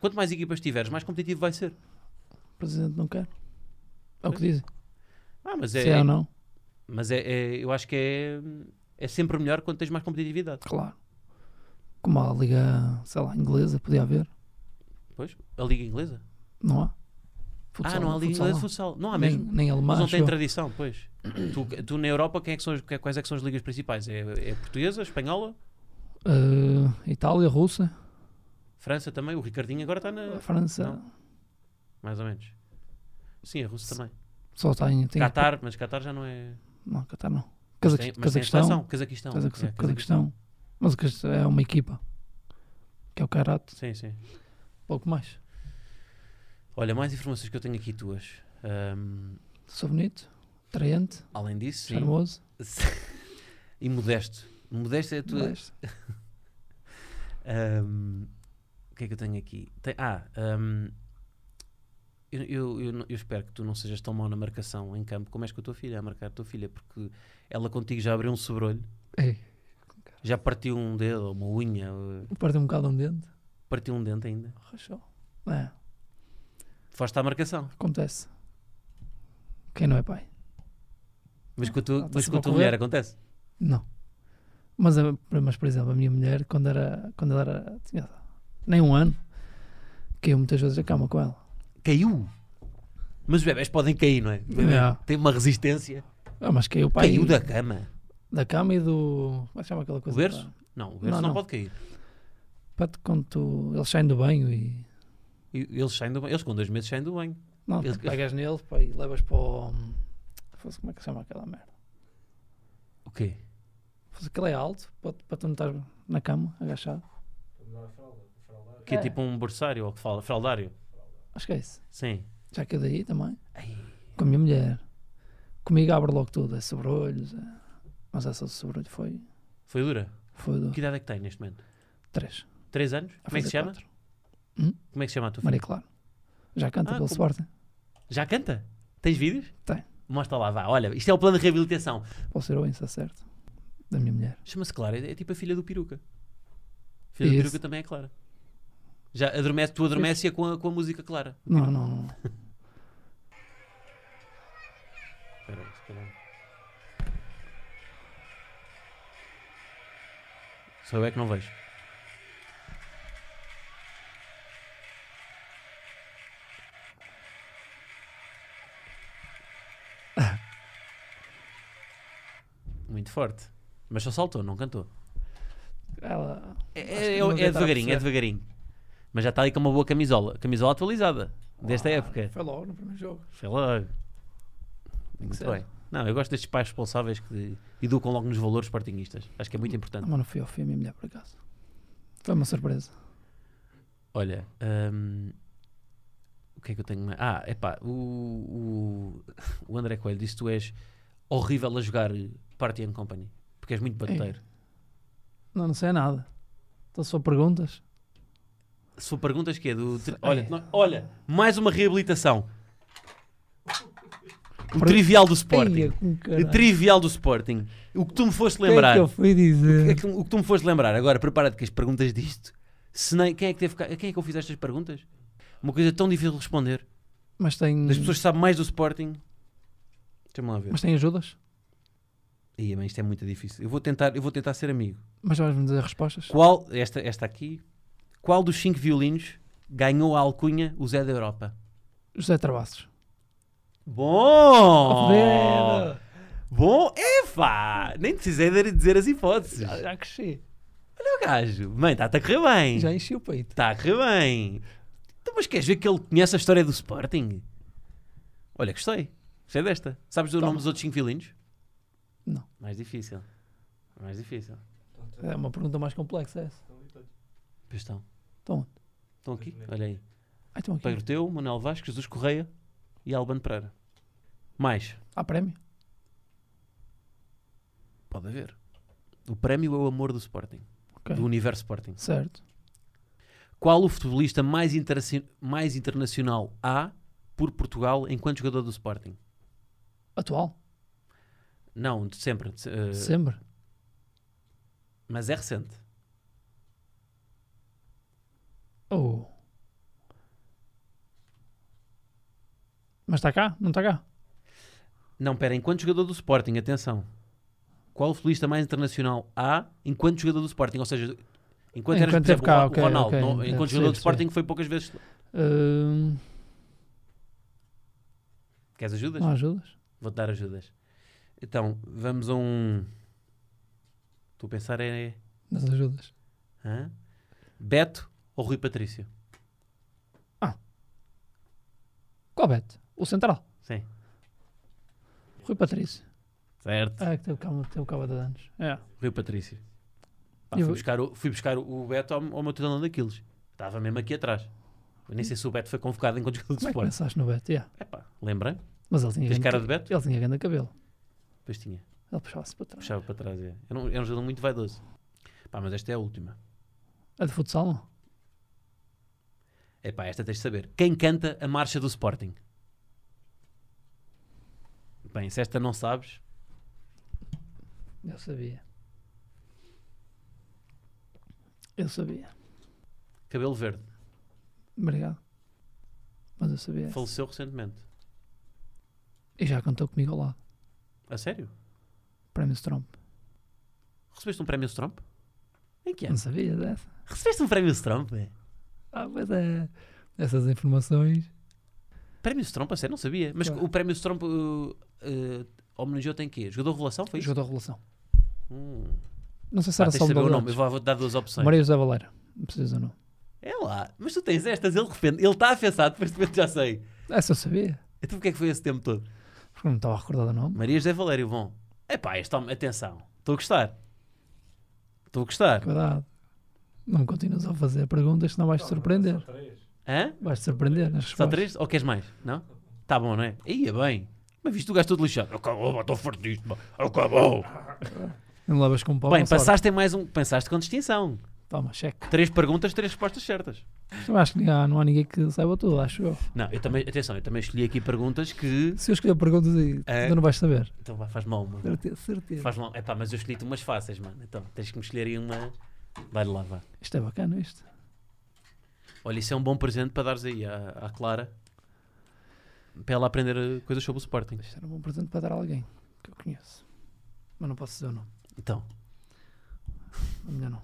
Quanto mais equipas tiveres, mais competitivo vai ser. Presidente não quer. É o que dizem. Ah, mas Se é. é ou não, mas é, é- eu acho que é. É sempre melhor quando tens mais competitividade. claro. Como a liga, sei lá, inglesa, podia haver. Pois, a Liga Inglesa. Não há. ah, não há Liga futsal Inglesa de futsal. Não há nem, mesmo. nem alemã. Mas não acho tem eu. tradição, pois. Tu, tu na Europa, quem é que são as- que- quais é que são as ligas principais? É, é portuguesa, espanhola, Eh, Itália, Rússia, França também. O Ricardinho agora está na. França. Mais ou menos. Sim, a Rússia também. Só tem. tem Qatar, mas Qatar já não é. Não, Qatar não. Mas Cazaque- tem- mas tem a Cazaquistão. seleção, Cazaquistão. Cazaquistão. É, Cazaquistão. Mas o Cazaquistão é uma equipa. Que é o Karate. Sim, sim. Pouco mais. Olha, mais informações que eu tenho aqui tuas. Ahm, Sou bonito. Atraente. além disso, sim. Charmoso. [LAUGHS] e modesto. Modesto é a tua. mas- Ahm, o que é que eu tenho aqui? Tem- ah, ahm, eu, eu- eu não- eu espero que tu não sejas tão mau na marcação em campo como és com a tua filha, a marcar a tua filha, porque ela contigo já abriu um sobrolho, Ei, já partiu um dedo, ou uma unha, ou- perdeu um bocado um dente. partiu um dente ainda. Rachou. É, Foste à marcação, acontece. Quem não é pai? mas com a tua, Ah, mas tá-se com a a tua correr. mulher acontece. Não. Mas, a- mas, por exemplo, a minha mulher, quando era. Quando ela era tinha nem um ano, caiu muitas vezes a cama com ela. Caiu! Mas os bebés podem cair, não é? O bebé Yeah. Tem uma resistência. Ah, mas caiu o pai. Caiu da cama. da cama e do. Como é que chama aquela coisa? berço? Não, o berço Não, não, não. pode cair. Para, para quando tu, eles saem do banho e. E Eles saem do banho. Eles com dois meses saem do banho. Não, tu Eles- [LAUGHS] pegas nele pá, e levas para o. fosse- Como é que se chama aquela merda? O quê? Fosse aquele é alto, para, para tu não estar na cama, agachado. Para mudar a fralda, para fraldar. Que é, É. tipo um berçário, ou que fala, fraldário. Acho que é isso. Sim. Já caiu daí também. Ai. Com a minha mulher. Comigo abre logo tudo. É sobrolhos. É... Mas essa do sobrolho foi. Foi dura. Foi do. Que idade é que tem neste momento? Três. Três anos? Como é A que fazer se chama? quatro. Como é que se chama a tua filha? Maria Clara. Já canta Ah, pelo como- Sporting. Já canta? Tens vídeos? Tem. Mostra lá, vá. Olha, isto é o plano de reabilitação. Pode ser o Insta certo. Da minha mulher. Chama-se Clara, é tipo a filha do peruca. A filha do Isso. peruca também é Clara. Já adormece, tu adormeces com a, com a música clara. Não, não, não. Espera aí, se calhar. Só eu é que não vejo. Muito forte. Mas só saltou, não cantou. Ela. É, Acho que é, não é devia estar a devagarinho, é perceber. devagarinho. Mas já está ali com uma boa camisola. Camisola atualizada, desta Claro, época. Foi logo no primeiro jogo. Foi logo. Muito ser. bem. Não, eu gosto destes pais responsáveis que educam logo nos valores partinguistas. Acho que é muito Não, importante. Ah, mas não fui ao fim, a minha mulher, por acaso. Foi uma surpresa. Olha, hum, o que é que eu tenho mais? Ah, epá, o, o, o André Coelho disse que tu és horrível a jogar Party and Company. Porque és É. muito bateiro. Não, não sei nada. Então, só perguntas. Se for perguntas que é do... Sei. Olha, no- olha, mais uma [LAUGHS] reabilitação. O Per- trivial do Sporting. Eia, com O caralho. trivial do Sporting. O que tu me foste O que é lembrar... que eu fui dizer? É que- o que tu me foste lembrar agora, prepara-te que as perguntas disto. Se nem, quem, é que teve, cá- quem é que eu fiz estas perguntas? Uma coisa tão difícil de responder. Mas tem. Das pessoas que sabem mais do Sporting. Deixa-me lá ver. Mas tem ajudas? Ih, bem, isto é muito difícil. Eu vou tentar, eu vou tentar ser amigo. Mas vais-me dizer respostas? Qual, esta, esta aqui, qual dos cinco violinos ganhou a alcunha o Zé da Europa? José Travassos. Oh, Bom! Fodera! Bom, é pá! Nem precisei de dizer as hipóteses. Já, Olha já cresci. o gajo. Mãe, está-te a correr bem. Já enchi o peito. Está Tá a correr bem. Então, mas queres ver que ele conhece a história do Sporting? Olha, gostei. Gostei desta. Sabes o Toma. nome dos outros 5 violinos? Não. Mais difícil. Mais difícil. tá, É uma pergunta mais complexa essa. Pois estão. Estão onde? Estão aqui? Olha aí. Ah, estão aqui. Pedro Teu, Manuel Vasques, Jesus Correia e Albano Pereira. Mais. Há Ah, prémio? Pode haver. O prémio é o amor do Sporting. Ok. Do universo Sporting. Certo. Qual o futebolista mais, interci- mais internacional há por Portugal enquanto jogador do Sporting? Atual? Não, de sempre. de se- eh, Sempre? mas é recente. Ou. Mas está cá? Não está cá? Não, pera, enquanto jogador do Sporting, atenção. Qual o futebolista mais internacional há enquanto jogador do Sporting? Ou seja, enquanto, eras, Enquanto por exemplo, teve cá, o- o ok, Ronaldo, ok, não- ok, enquanto percebo, jogador do Sporting foi poucas vezes. Hum, Queres ajudas? não há ajudas? Vou-te dar ajudas. Então, vamos a um. Estou a pensar é. Nas ajudas. hã? Beto ou Rui Patrício? Qual Beto? O Central. Sim, Rui Patrício. Certo. Ah, que teve cabo, teve cabo de danos. É. Rui Patrício. Pá, Eu- fui, buscar o, fui buscar o Beto ao, ao meu tutelão daqueles. Estava mesmo aqui atrás. Eu nem sei se o Beto foi convocado enquanto jogador de Como é Sporting. que pensaste no Beto? Yeah. Epá, lembrei. Mas ele tinha Tens grande cara de ca- Beto? Ele tinha grande cabelo. Depois tinha. Ele puxava-se para trás. Puxava para trás. É. Era, um, era um jogador muito vaidoso. Pá, mas esta é a última. É de futsal, não? Epá, esta tens de saber. Quem canta a marcha do Sporting? Bem, se esta não sabes, Eu sabia. Eu sabia. cabelo verde. Obrigado. Mas eu sabia. Faleceu recentemente. E já cantou comigo ao lado. A sério? Prémio Stromp. Recebeste um prémio Stromp? Em que Não ano? sabia dessa. Recebeste um prémio Stromp? é? Ah, pois é. Essas informações. Prémio Stromp, a sério, não sabia. Mas Claro. o prémio Stromp uh, uh, homenageou-te em quê? Jogador de revelação, foi isso? Jogador da relação. Hum. Não sei se Pá, era tens de só saber o um nome. Eu vou, vou-te dar duas opções. Maria José Valera. Não precisa não. É lá. Mas tu tens estas, ele de repente, ele está afessado, depois de repente já sei. Essa eu sabia. Então porquê é que foi esse tempo todo? Porque não estava a recordar o nome. Maria José Valério, bom. Epá, este homem, atenção. Estou a gostar. Estou a gostar. Cuidado. Não continuas a fazer perguntas, senão vais-te surpreender. Só três. Hã? Vais-te surpreender nas Só respostas. três? Ou queres mais? Não? Tá bom, não é? Ia bem. Mas viste o gajo todo lixado. Acabou, estou fortíssimo. Acabou. Não levas com pau. Bem, não sorte. passaste em mais um. Pensaste com distinção. Toma, cheque. Três perguntas, três respostas certas. Eu acho que não, não há ninguém que saiba tudo, acho eu. Não, eu também, atenção, eu também escolhi aqui perguntas que. Se eu escolher perguntas aí, É. tu não vais saber. Então vá, faz mal uma. Certeza, certeza. Faz mal. Epá, mas eu escolhi-te umas fáceis, mano. Então tens que me escolher aí uma. Vai lá, vá. Isto é bacana, isto. Olha, isso é um bom presente para dares aí à, à Clara para ela aprender eh, coisas sobre o Sporting. Isto era um bom presente para dar a alguém que eu conheço. Mas não posso dizer o nome. Então, Ou melhor não.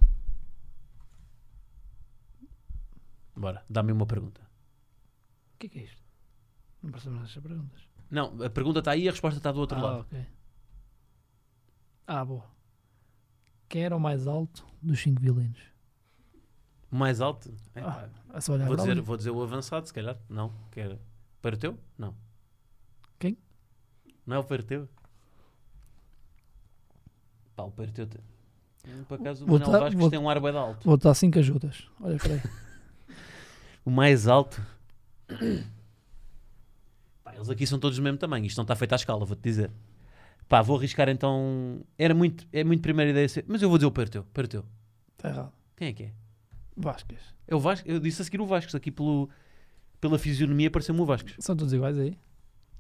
bora, dá-me uma pergunta. O que é que é isto? Não percebo nada destas perguntas. Não, a pergunta está aí e a resposta está do outro ah, lado. ok. Ah, boa. Quem era o mais alto dos cinco violinos? Mais alto? É, Ah, pá, a só olhar vou, para dizer, ali. vou dizer o avançado, se calhar. Não, que era. Para o teu? Não. Quem? Não é o para o teu? Pá, o para o teu. te- Hum, Por acaso o Vou Manuel tá- Vasco vou- tem um ar bué de alto. Vou dar cinco ajudas. Olha para aí. O mais alto. Pá, eles aqui são todos do mesmo tamanho. Isto não está feito à escala, vou-te dizer. Pá, vou arriscar então. Era muito, é muito primeira ideia ser. Mas eu vou dizer o Perteu. Perteu. Está Tá errado. Quem é que é? Vascas. É o Vasco. Eu disse a seguir o Vasco. Aqui pelo, pela fisionomia pareceu-me o Vasco. São todos iguais aí?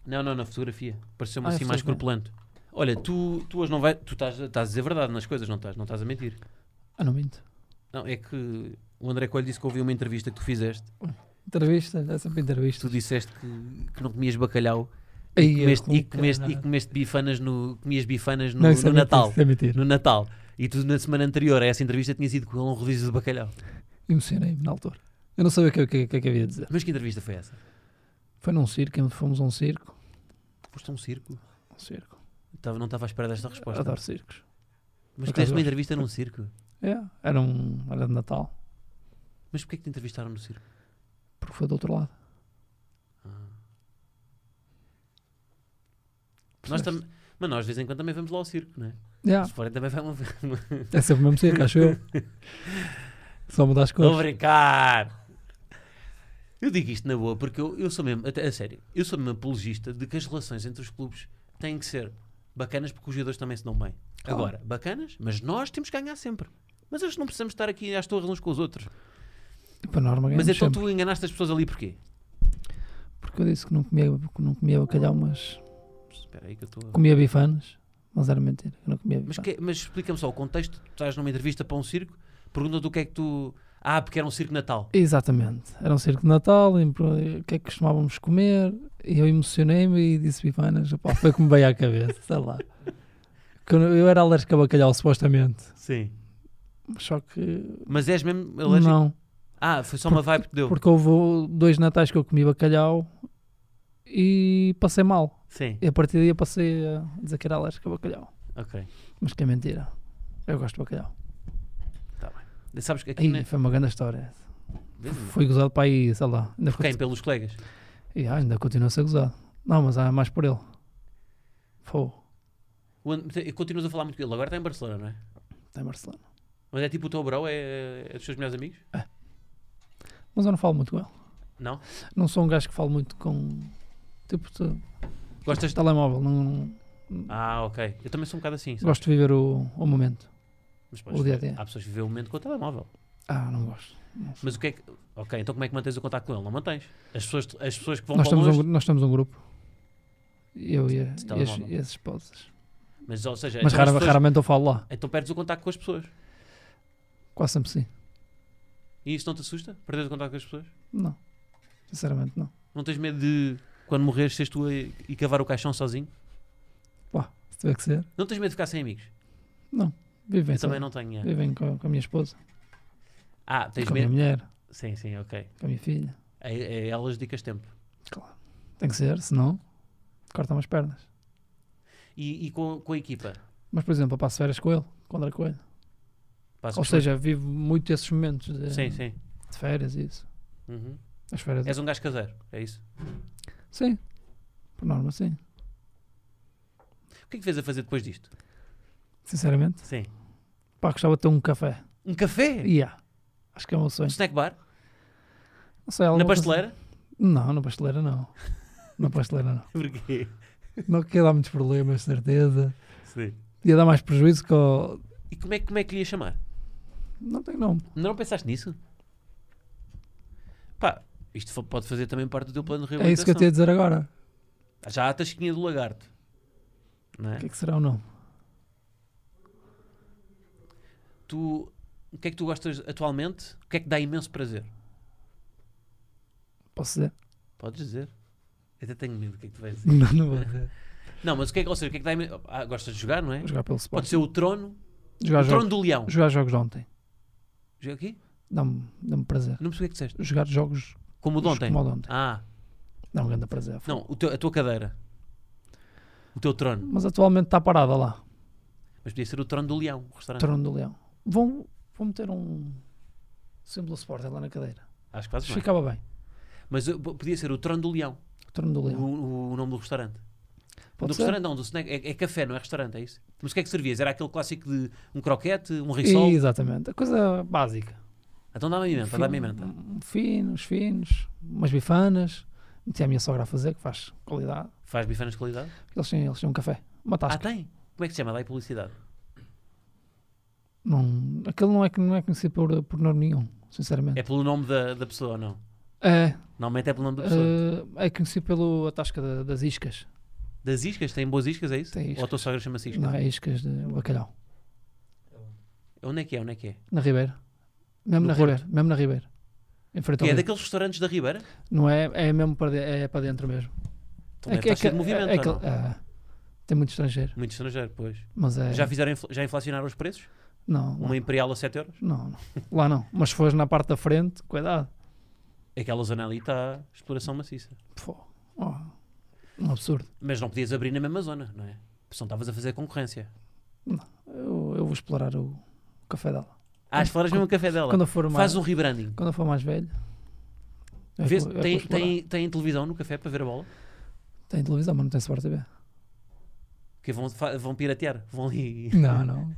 Não, não, na fotografia. Pareceu-me Ah, é assim mais fotografia. corpulento. Olha, tu, tu hoje não vais. Tu estás, estás a dizer a verdade nas coisas, não estás? Não estás a mentir. Ah, não minto. Não, é que o André Coelho disse que ouviu uma entrevista que tu fizeste. Entrevista, é sempre entrevista. Tu disseste que, que não comias bacalhau Aí, comeste, eu e, como comeste, e caralho. comeste bifanas no, comias bifanas no, Não, no isso é mentira, Natal. Isso é mentira. No Natal. E tu na semana anterior a essa entrevista tinhas ido com ele a um rodízio de bacalhau. Emocionei-me é na altura. Eu não sabia o que, o que, o que é que havia de dizer. Mas que entrevista foi essa? Foi num circo, fomos a um circo. Foste a um circo? Um circo. Tava- não estava à espera desta resposta. Adoro circos. Mas tu Ah, tá. Por tens acaso uma gosto. entrevista num circo. É, era, um, era de Natal, Mas porquê que te entrevistaram no circo? porque foi do outro lado. Nós Percebeste? tam- Mas nós de vez em quando também vamos lá ao circo, não é? [LAUGHS] Yeah, Se forem também vai uma vez. é sempre o mesmo circo, acho eu. Só mudar as Vou cores. brincar! Eu digo isto na boa porque eu, eu sou mesmo, até, a sério, eu sou mesmo apologista de que as relações entre os clubes têm que ser bacanas porque os jogadores também se dão bem. Claro. Agora, bacanas, mas nós temos que ganhar sempre. Mas acho que não precisamos estar aqui às torres uns com os outros. E para norma mas ganhamos então sempre. tu enganaste as pessoas ali porquê? Porque eu disse que não comia, que não comia bacalhau, mas Espera aí que eu estou. a- comia bifanas. Mas era mentira, eu não comia bifanas. Mas, que- mas explica-me só o contexto. Tu estás numa entrevista para um circo, pergunta-te o que é que tu. Ah, porque era um circo de Natal. Exatamente. Era um circo de Natal, em pro- o que é que costumávamos comer? E eu emocionei-me e disse bifanas, opá, foi como veio à cabeça, sei lá. Que Eu eu era alérgico a bacalhau, supostamente. Sim. Só que. Mas és mesmo alérgico? Não, Ah, foi só uma vibe que deu. porque houve dois natais que eu comi bacalhau e passei mal. Sim. E a partir daí eu passei a dizer que era alérgico a bacalhau. Ok. Mas que é mentira. Eu gosto de bacalhau. Sabes que aqui. Aí, na- foi uma grande história. Fui gozado para aí, sei lá. Ainda, Por quem? continu... Pelos colegas? e, ah, ainda continua a ser gozado. Não, mas há mais por ele. Foi. O And- e Continuas a falar muito com ele. Agora está em Barcelona, não é? Está em Barcelona. Mas é tipo o teu bro, é, é dos teus melhores amigos? Mas eu não falo muito com ele. Não? Não sou um gajo que falo muito com. Tipo, de Gostas de... telemóvel. Não, não- Ah, ok. Eu também sou um bocado assim. sabe? gosto de viver o, o momento. Mas, o dia-a-dia. Há pessoas que vivem o momento com o telemóvel. Ah, não gosto. Mas o que é que... Ok, então como é que mantens o contacto com ele? Não mantens? As pessoas, as pessoas que vão Nós para temos, longe... um, nós temos um grupo. Eu e, a- De e as- telemóvel. e as esposas. Mas, ou seja... Mas então as rara- pessoas- raramente eu falo lá. Então perdes o contacto com as pessoas. Quase sempre sim. E isso não te assusta? Perderes o contacto com as pessoas? Não. Sinceramente, não. Não tens medo de, quando morreres, seres tu a, e cavar o caixão sozinho? Se tiver que ser, Não tens medo de ficar sem amigos? vivem, Eu também só- não tenho. é. vivem com, com a minha esposa, Ah, tens com a minha medo? mulher, Sim, sim, ok. com a minha filha. A, a elas dedicas tempo. Tem que ser, senão cortam as pernas. E, e com, com a equipa? Mas, por exemplo, eu passo férias com ele, com o André Coelho. Passas Ou por- seja, vivo muito esses momentos de, Sim, sim. de férias e isso. Uhum. As férias. És um gajo caseiro, é isso? Sim, por norma, sim. O que é que vês a fazer depois disto? Sinceramente, Sim. pá, gostava de ter um café. Um café? E há. Acho que é um Um sonho. snack bar? Não sei, alguma Na coisa- pasteleira? Não, na pasteleira não. Na pasteleira não. [LAUGHS] Porquê? Não quer dar muitos problemas, de certeza. Sim. Ia dar mais prejuízo que ao... E como é, como é que lhe ia chamar? Não tem nome. Não pensaste nisso? Pá, isto fo- pode fazer também parte do teu plano de É isso que reabilitação. eu te ia dizer agora. Já há a tasquinha do lagarto. Não é? O que é que será o nome? Tu, o que é que tu gostas atualmente? O que é que dá imenso prazer? Posso dizer? [LAUGHS] Podes dizer. Eu até tenho medo do que é que tu vais dizer. Não, não vou dizer. Não, mas o que é que, ou seja, o que é que dá imenso... Ah, gostas de jogar, não é? Vou jogar pelo Pode Sporting. ser o trono, Jogar, o jogos, trono do leão. jogar jogos de ontem. Joga aqui? Dá-me dá prazer. Não percebi o que é que disseste. Jogar jogos Como o de ontem. como o de ontem. Ah, Dá-me grande prazer. não, o teu- a tua cadeira. O teu trono. Mas atualmente está parada lá. Mas podia ser o trono do leão, o restaurante. Trono do Leão. Vão, vão meter um símbolo Sporting lá na cadeira. Acho que fazes bem. Ficava bem. Mas uh, p- podia ser o trono do leão, O Trono do o, Leão. o- o nome do restaurante. Pode do ser? restaurante não, do snack. É, é café, não é restaurante, é isso? Mas o que é que servias? Era aquele clássico de um croquete, um risol? E, exatamente. A coisa básica. Então dá-me a mimenta, dá-me a mimenta. Um fino, uns finos, umas bifanas. Meti a minha sogra a fazer, que faz qualidade. Faz bifanas de qualidade? Eles têm, eles têm um café. Uma Ah, tasca. tem? Como é que se chama? Dá aí publicidade. não, aquele não é, que- não é conhecido por, por nome nenhum, sinceramente. É pelo nome da, da pessoa ou não? É, Normalmente é pelo nome da pessoa. eh, é conhecido pelo a tasca da- das iscas. Das iscas? Tem boas iscas, é isso? Tem Ou a iscas. tua sogra chama-se isca? Não, é iscas de bacalhau. Onde é que é? Onde é que é? Na Ribeira. Mesmo No na Porto. Ribeira. Mesmo na Ribeira. Em frente Que ao é rio. daqueles restaurantes da Ribeira? Não é, é mesmo para, de- é para dentro mesmo. Então deve estar cheio de movimento, é ou que- não? é, tem muito estrangeiro. Muito estrangeiro, pois. Mas é. Já fizeram, infla- já inflacionaram os preços? Não, lá, Uma Imperial a 7 euros? não, não. Lá não. Mas se fores na parte da frente, cuidado. Aquela zona ali está exploração maciça. Pô, ó, um absurdo. Mas não podias abrir na mesma zona, não é? Porque senão estavas a fazer concorrência. Eu, eu vou explorar o, o café dela. Ah, as floras mesmo o café dela. Quando eu for mais, Faz um rebranding. quando eu for mais velho. é Vês- que eu- é que eu tem, vou explorar. tem, tem televisão no café para ver a bola? Tem televisão, mas não tem Sport TV. Que vão, fa- vão piratear. Vão ali. Não, não.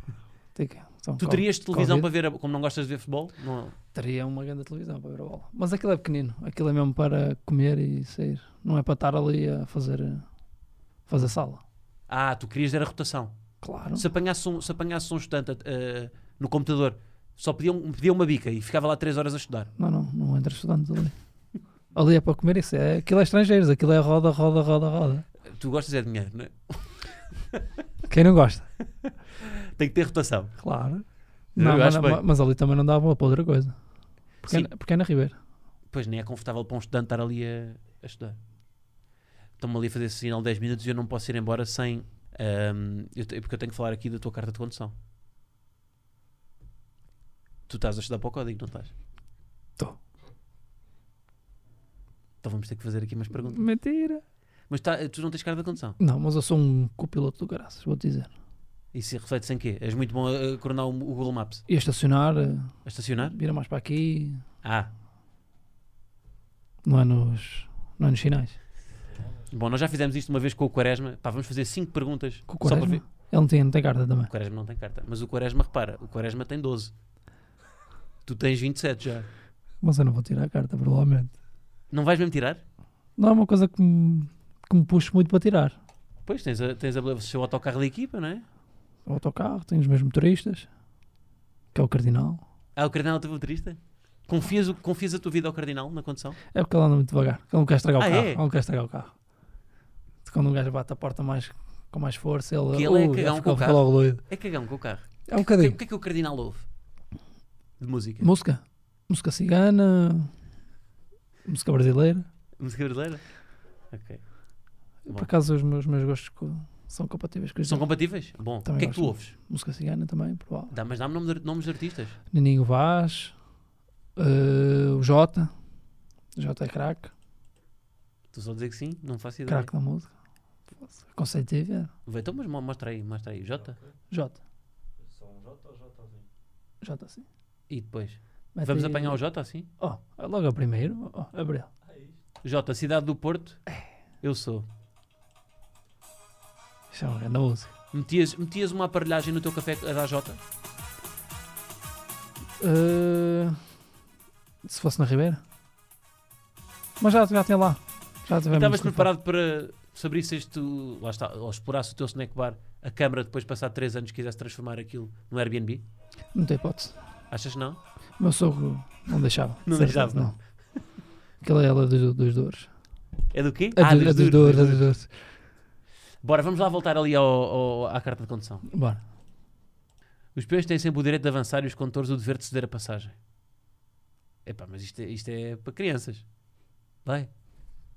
Tem que- são Tu co- terias televisão Hum, Covid? para ver, a, como não gostas de ver futebol? Não, é? Teria uma grande televisão para ver a bola. Mas aquilo é pequenino. Aquilo é mesmo para comer e sair. Não é para estar ali a fazer, fazer sala. Ah, tu querias ver a rotação. Claro. Se apanhasse um, se apanhasse um estudante eh, no computador, só pedia, um- pedia uma bica e ficava lá 3 horas a estudar. Não, não. Não entra estudantes ali. ali é para comer isso. É, aquilo é estrangeiros. Aquilo é roda, roda, roda, roda. Tu gostas é de dinheiro, não é? Quem não gosta? Tem que ter rotação. Claro. Eu Não, mas, acho bem. mas- mas ali também não dá boa para outra coisa. Porque, Sim. é, porque é na Ribeira. Pois nem é confortável para um estudante estar ali a, a estudar. Estão-me ali a fazer esse sinal de 10 minutos e eu não posso ir embora sem. ahm, eu te- porque eu tenho que falar aqui da tua carta de condução. Tu estás a estudar para o código, não estás? Tô. Então vamos ter que fazer aqui umas perguntas. Mentira. Mas tá- tu não tens carta de condução. Não, mas eu sou um copiloto do graças, vou-te dizer. Isso reflete-se em quê? És muito bom a, a coronar o, o Google Maps. E a estacionar, eh, A estacionar? vira mais para aqui, Ah, não é nos, não é nos sinais. bom, nós já fizemos isto uma vez com o Quaresma. Pá, vamos fazer 5 perguntas. Com o só para Quaresma? ver- Ele não tem, não tem carta também. O Quaresma não tem carta. Mas o Quaresma, repara, o Quaresma tem 12. Tu tens 27 já. Mas eu não vou tirar a carta, provavelmente. Não vais mesmo tirar? Não é uma coisa que me, que me puxo muito para tirar. Pois, tens, a, tens a, o seu autocarro da equipa, não é? O autocarro, tenho os meus motoristas, que é o Cardinal. Ah, o Cardinal teve motorista? Confias, o- confias a tua vida ao Cardinal na condução? É porque ele anda muito devagar. Ele não quer estragar o Ah, carro. é? Ele não quer estragar o carro. Quando um gajo bate a porta mais, com mais força, ele, Que ele é Ui, cagão ele com o fica- fica carro. logo doido. É cagão com o carro. É um O que, bocadinho. o que é que o Cardinal ouve? De música? Música. Música cigana. Música brasileira. música brasileira? Ok. Bom. Por acaso os meus, meus gostos co- são compatíveis com os São dele. compatíveis? Bom, o Também que é que tu gosto. ouves? Música cigana também, provável. Dá, mas dá-me nome de- nomes de artistas. Neninho Vaz. eh, o Jota. O Jota é craque. Tu só dizer que sim, não faço ideia. Craque da música. Aconselho de ver. Vê, Então, mas mo- mostra aí, mostra aí. Jota. Jota. Só um J ou Jzinho? Jota sim. E depois? Mete Vamos aí- apanhar o Jota assim? Oh, é logo a primeiro. Oh, Abril. Ah, é isto. Jota, cidade do Porto, eu sou. Isso é uma grande música. Metias, metias uma aparelhagem no teu café a dar Jota? Eh, se fosse na Ribeira. Mas já, já tem lá. Já tivemos Estavas que- preparado para se abrisse tu, lá está, ou explorasse o teu snack bar, a câmara depois de passar 3 anos quisesse transformar aquilo no Airbnb? Não tem hipótese. Achas que não? O meu sogro não deixava. Não Certeza, deixava. Não. Aquela é ela dos, dos dores. É do quê? É, Ah, dos, é dos dores, é dos dores. Bora, vamos lá voltar ali ao, ao- à carta de condução. Bora. Os peões têm sempre o direito de avançar e os condutores o dever de ceder a passagem. Epá, mas isto é, isto é para crianças. Vai.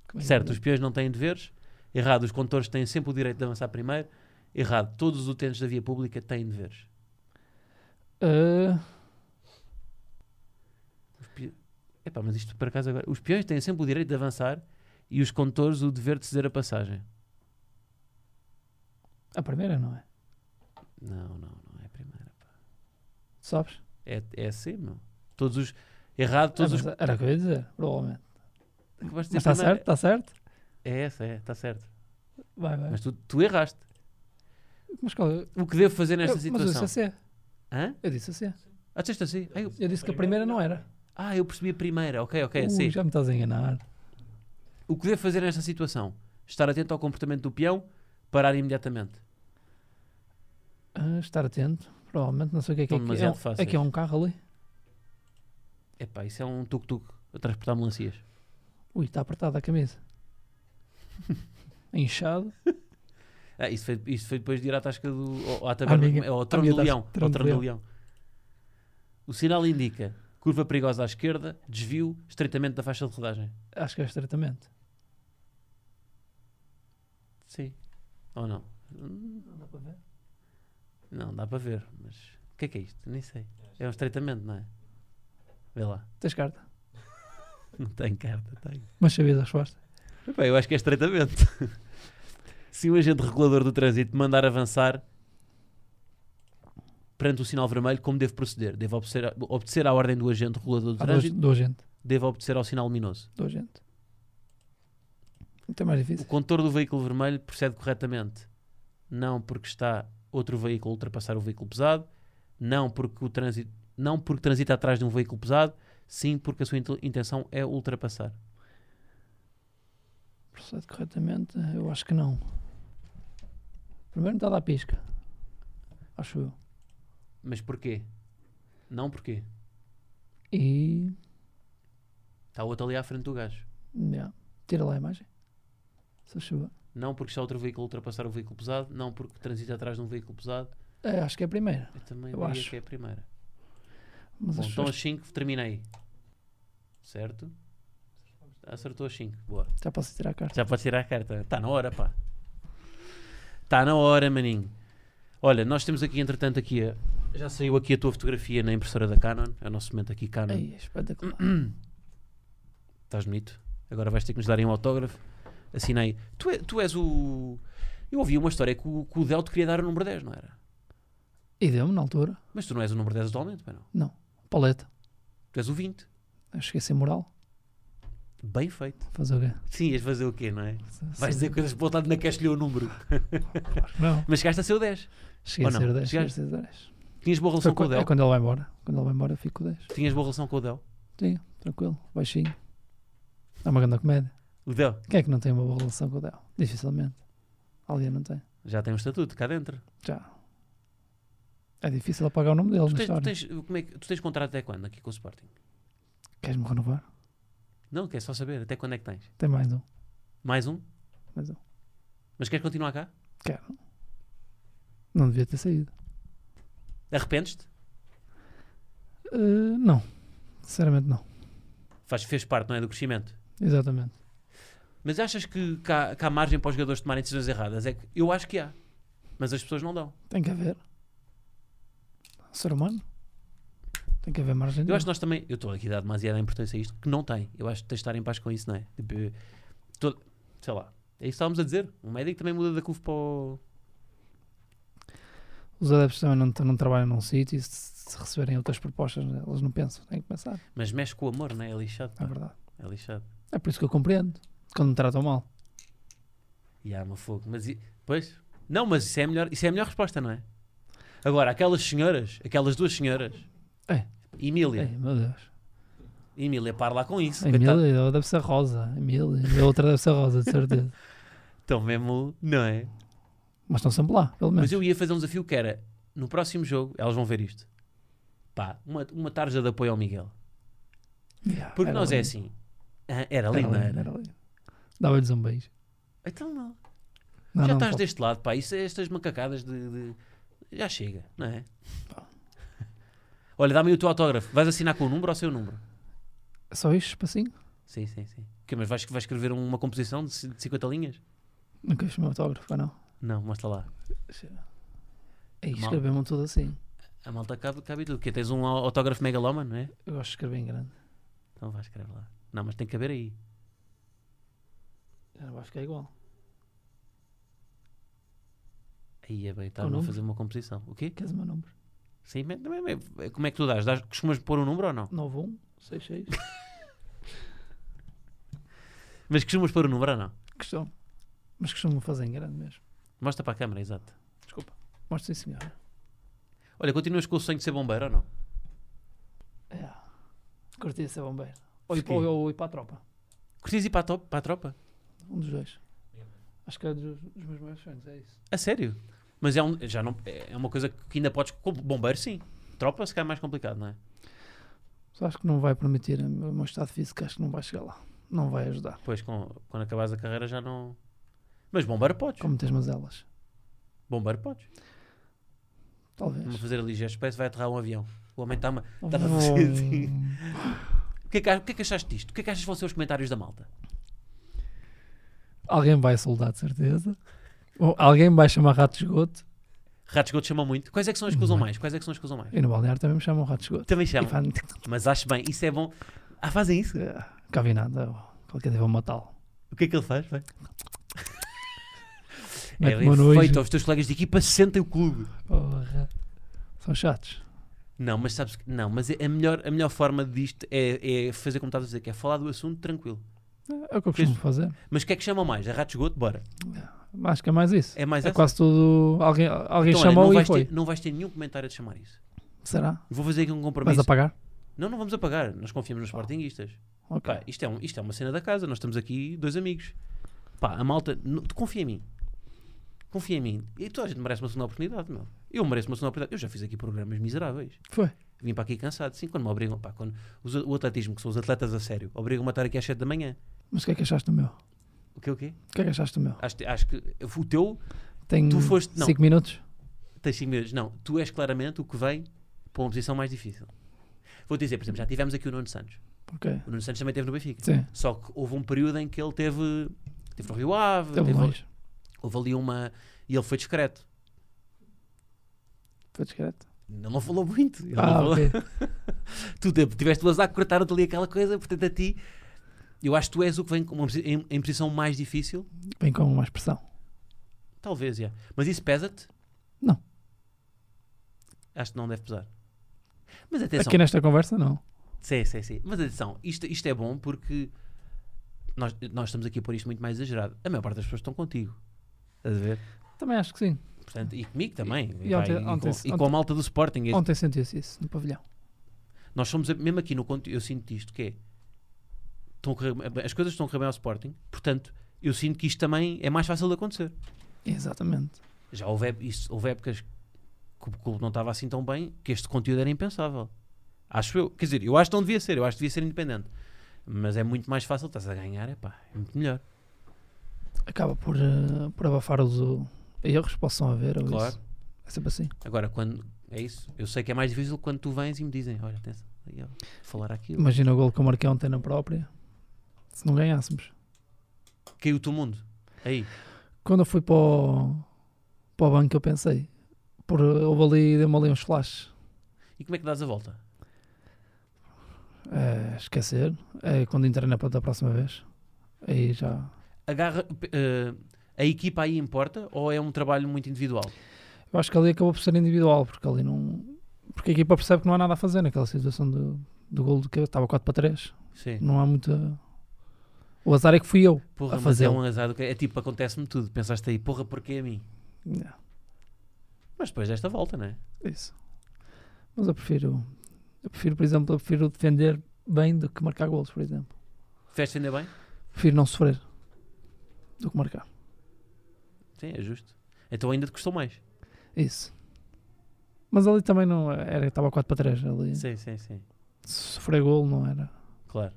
Como é que Certo, é? os peões não têm deveres. Errado, os condutores têm sempre o direito de avançar primeiro. Errado, todos os utentes da via pública têm deveres. Eh, Os pe- Epá, mas isto por acaso agora. Os peões têm sempre o direito de avançar e os condutores o dever de ceder a passagem. a primeira não é? Não, não, não é a primeira. pá. Sabes? É, é assim, meu. Todos os. Errado, todos Ah, os. mas Era o que eu ia dizer, provavelmente. Acabaste de Mas dizer está primeiro. certo, está certo? É essa, é, está certo. Vai, vai. Mas tu, tu erraste. Mas qual é? O que devo fazer nesta eu, mas eu situação? disse assim. Hã? Eu disse assim. Ah, disseste assim? Ah, eu, Eu disse que a primeira não era. ah, eu percebi é a primeira. Ok, ok, Ui, sim. Uh, já me estás a enganar. O que devo fazer nesta situação? Estar atento ao comportamento do peão, parar imediatamente. Ah, estar atento. Provavelmente não sei o que é que Estão é. que é. demasiado um- É fáceis. que é um carro ali. Epá, isso é um tuk-tuk a transportar melancias. Ui, está apertada a camisa. [LAUGHS] Inchado. Ah, isso foi, isso foi depois de ir à tasca do. ao- Ah, à taberna, é, minha- ao à trono minha do leão. tasca, Ao trono do leão. O sinal indica curva perigosa à esquerda, desvio, estreitamento da faixa de rodagem. Acho que é estreitamente. Sim. Ou não? Hum, Não dá para ver. Não, dá para ver, mas. O que é que é isto? Nem sei. É um estreitamento, não é? Vê lá. [LAUGHS] Tens carta. Não tem carta, tem. Mas sabias a resposta. Epá, eu acho que é estreitamente. [LAUGHS] Se um agente regulador do trânsito me mandar avançar perante o sinal vermelho, como devo proceder? Devo obedecer, obedecer à ordem do agente regulador do Há duas, trânsito? duas gente. Devo obedecer ao sinal luminoso? Duas gente. Então é mais O difícil. contorno do veículo vermelho procede corretamente? Não porque está outro veículo a ultrapassar o veículo pesado, não porque o trânsito não porque transita atrás de um veículo pesado, sim porque a sua inten- intenção é ultrapassar. Procede corretamente? Eu acho que não. Primeiro não está a dar pisca. Acho eu. Mas porquê? Não porquê? E. Está outro ali à frente do gajo. yeah. Tira lá a imagem. Se chuva. Não porque está outro veículo a ultrapassar o veículo pesado, não porque transita atrás de um veículo pesado. É, acho que é a primeira. Eu também Eu diria acho. que é a primeira. Mas Bom, as então pessoas as 5 terminei. Certo? Acertou as 5. Boa. já posso tirar a carta. Já pode tirar a carta. Está na hora, pá. Está na hora, maninho. Olha, nós temos aqui, entretanto, aqui a... Já saiu aqui a tua fotografia na impressora da Canon. É o nosso momento aqui Canon. Ei, é espetacular. Estás bonito. Agora vais ter que nos darem um autógrafo. Assinei. Tu, é- tu és o... Eu ouvi uma história que o, que o Del te queria dar o número 10, não era? E deu-me na altura. Mas tu não és o número 10 atualmente, pai, não. Paleta. Tu és o 20. Eu cheguei a ser moral. Bem feito. Fazer o quê? Sim, ias fazer o quê, não é? Vais Sim. dizer coisas para o outro lado, não queres lhe o número. Não, Mas chegaste a ser o 10. cheguei Ou a não? ser 10. Chegaste- cheguei a ser 10. Tinhas boa Foi relação com o quando, é Del. quando ele vai embora. Quando ele vai embora, eu fico com 10. Tinhas boa relação com o Del. Sim, tranquilo, baixinho. É uma grande comédia. O Del Quem é que não tem uma boa relação com o Del? Dificilmente. Alguém não tem. já tem um estatuto cá dentro. Já. É difícil apagar o nome dele Tu na tens, tu, história. tens, como é que, tu tens contrato até quando aqui com o Sporting? Queres-me renovar? Não, quer só saber até quando é que tens. Tem mais um. Mais um? Mais um. Mas queres continuar cá? Quero. Não devia ter saído. Arrependes-te? Eh, não. Sinceramente, não. Faz, fez parte, não é? Do crescimento. Exatamente. Mas achas que, que, há, que há margem para os jogadores tomarem decisões erradas? É que eu acho que há. Mas as pessoas não dão. Tem que haver. Ser humano. Tem que haver margem. de Eu acho que nós também. Eu estou aqui a dar demasiada importância a isto, que não tem. Eu acho que tens de estar em paz com isso, não é? Tipo, eh, todo- sei lá. É isso que estávamos a dizer. Um médico também muda da CUF para o. erro. Os adeptos também não, não trabalham num sítio e se, se receberem outras propostas, eles não pensam. Tem que pensar. Mas mexe com o amor, não é? É lixado. É pá. verdade. É lixado. É por isso que eu compreendo. Quando me tratam mal. E arma fogo. Mas. e- Pois. Não, mas isso é, a melhor, isso é a melhor resposta, não é? Agora, aquelas senhoras, aquelas duas senhoras. É. Emília. Ei, meu Deus. Emília, para lá com isso. A coitada. Emília deve ser rosa. A Emília. A outra deve ser rosa, de [LAUGHS] certeza. Estão mesmo. Não é? Mas estão sempre lá, pelo menos. Mas eu ia fazer um desafio que era no próximo jogo, elas vão ver isto. Pá, uma, uma tarja de apoio ao Miguel. Yeah, Porque era nós é lindo. assim. Ah, era lindo, não lindo, era? era lindo. Dava-lhes um beijo. Então não. Não, Já não, estás pá. deste lado, pá. Isso, é estas macacadas de, de- Já chega, não é? [LAUGHS] Olha, dá-me aí o teu autógrafo. Vais assinar com o número ou sem o número? Só isto, espacinho? Sim, sim, sim. Que, mas vais, vais escrever uma composição de ci- de 50 linhas? Nunca fiz meu autógrafo, ou não? É Não, mostra lá. Aí Mal. escrevemos tudo assim. A malta cabe, cabe tudo. Que tens um au- autógrafo megaloma, não é? Eu gosto de escrever em grande. Então vai, escreve lá. Não, mas tem que caber aí. Já não vai ficar igual. Aí é bem, o estava a número? fazer uma composição. O quê? Queres o meu número? Sim, mas também, mas como é que tu dás? dás costumas pôr um número ou não? [LAUGHS] 9166. Mas costumas pôr um número ou não? costumo. Mas costumo fazer em grande mesmo. Mostra para a câmara, exato. Desculpa. Mostra sim, senhor. Olha, continuas com o sonho de ser bombeiro ou não? É. Curti ser bombeiro. Ou ir, Porquê? para, ou ir para a tropa. Curtias ir para a, top, para a tropa? Um dos dois. Acho que é dos, dos meus maiores sonhos, é isso. A sério? Mas é, um, já não, é uma coisa que ainda podes. com Bombeiro, sim. Tropa, se calhar é mais complicado, não é? Só acho que não vai permitir o meu estado físico, acho que não vai chegar lá. Não vai ajudar. Pois, com, quando acabares a carreira já não. Mas bombeiro podes. Com muitas mazelas. Bombeiro podes. Talvez. Vamos fazer ali gestos, parece que vai aterrar um avião. O homem está. uma- Talvez. Estava a fazer assim. O que, é que, o que é que achaste disto? O que é que achas que vão ser os comentários da malta? Alguém vai soldar, de certeza. Ou alguém vai chamar rato de esgoto. Ratos Gold chamam muito. Quais é que são as que usam mais? Quais é que são as que usam mais? E no balneário também me chamam rato de esgoto. Também E chamam. fazem... Mas acho bem, isso é bom. Ah, fazem isso? Eh, Cavinada, ou qualquer dia vão matá-lo. O que é que ele faz? Vai? É Mete-me bem um nojo. feito, os teus colegas de equipa sentem o clube. Porra. São chatos. Não, mas sabes que. Não, mas é a melhor, a melhor forma disto é, é fazer como estás a dizer, que é falar do assunto tranquilo. É o que eu costumo Isso. fazer. Mas o que é que chamam mais? A rato de esgoto? Bora. Acho que é mais isso. É mais É essa? quase tudo. Alguém, alguém Então, olha, chamou não, e vais foi. ter, não vais ter nenhum comentário de chamar isso. Será? Vou fazer aqui um Vais compromisso. apagar? Não, não vamos apagar. Nós confiamos nos sportinguistas. Ah. Ok. Pá, isto, é um, isto é uma cena da casa, nós estamos aqui dois amigos. Pá, a malta, n- tu confia em mim. Confia em mim. E toda a gente merece uma segunda oportunidade, meu. Eu mereço uma segunda oportunidade. Eu já fiz aqui programas miseráveis. Foi. Vim para aqui cansado. Sim, quando me obrigam, pá, quando os- o atletismo, que são os atletas a sério, obrigam-me a estar aqui às 7 da manhã. Mas o que é que achaste do meu? O quê, o quê? O que é que achaste do meu? Acho, acho que o teu, Tenho Tu foste- não. 5 minutos? tens 5 minutos. Não, tu és claramente o que vem para uma posição mais difícil. Vou dizer, por exemplo, já tivemos aqui o Nuno Santos. Ok. O Nuno Santos também esteve no Benfica. Sim. Só que houve um período em que ele teve, teve no Rio Ave, Teve longe. Houve ali uma. E ele foi discreto. Foi discreto. Ele não falou muito. Ele não Ah, falou- ok. Tu te- tiveste o azar que cortaram-te ali aquela coisa, portanto a ti. Eu acho que tu és o que vem com uma posi- em, em posição mais difícil. Vem com mais pressão. Talvez, já. Mas isso pesa-te? Não. Acho que não deve pesar. Mas atenção. Aqui nesta conversa, não. Sim, sim, sim. Mas atenção, isto, isto é bom porque nós, nós estamos aqui a pôr isto muito mais exagerado. A maior parte das pessoas estão contigo. Estás a ver? Também acho que sim. Portanto, e comigo também. E E, pá, ontem- e com- ontem- e com, a malta do Sporting. E- Ontem sentiu-se isso no pavilhão. Nós somos, a- mesmo aqui no conto, eu sinto isto, que é, estão a correr bem- as coisas estão a correr bem ao Sporting, portanto, eu sinto que isto também é mais fácil de acontecer. Exatamente. Já houve, ép- isso, houve épocas que o clube não estava assim tão bem, que este conteúdo era impensável. Acho eu. Quer dizer, eu acho que não devia ser, eu acho que devia ser independente. Mas é muito mais fácil, estás a ganhar, epá, é muito melhor. Acaba por, eh, por abafar os o- erros que possam haver. Ou Claro. isso. É sempre assim. Agora, quando. É isso. Eu sei que é mais difícil quando tu vens e me dizem: olha, atenção, Miguel, falar aquilo. Imagina o gol que eu marquei ontem na própria. Se não ganhássemos. Caiu-te o mundo. Aí. Quando eu fui para o, para o banco, eu pensei. Por, eh, houve ali, deu-me ali uns flashes. E como é que dás a volta? É, esquecer. É, quando entrei na da próxima vez. Aí já. Agarra. p- eh, a equipa aí importa ou é um trabalho muito individual? Eu acho que ali acabou por ser individual, porque ali não. Porque a equipa percebe que não há nada a fazer naquela situação do, do gol do que estava 4 para 3. Sim. Não há muita. O azar é que fui eu. Porra, A mas fazê-lo. é um azar. do que- É tipo, acontece-me tudo. Pensaste aí, porra, porquê a mim? Mas depois desta volta, não é? Isso. Mas eu prefiro. Eu prefiro, por exemplo, eu prefiro defender bem do que marcar golos, por exemplo. Fizeste ainda bem? Prefiro não sofrer do que marcar. Sim, é justo. Então ainda te custou mais. Isso. Mas ali também não era, estava 4 para 3. Ali, se Sim, sim, sim. sofrer golo não era. Claro.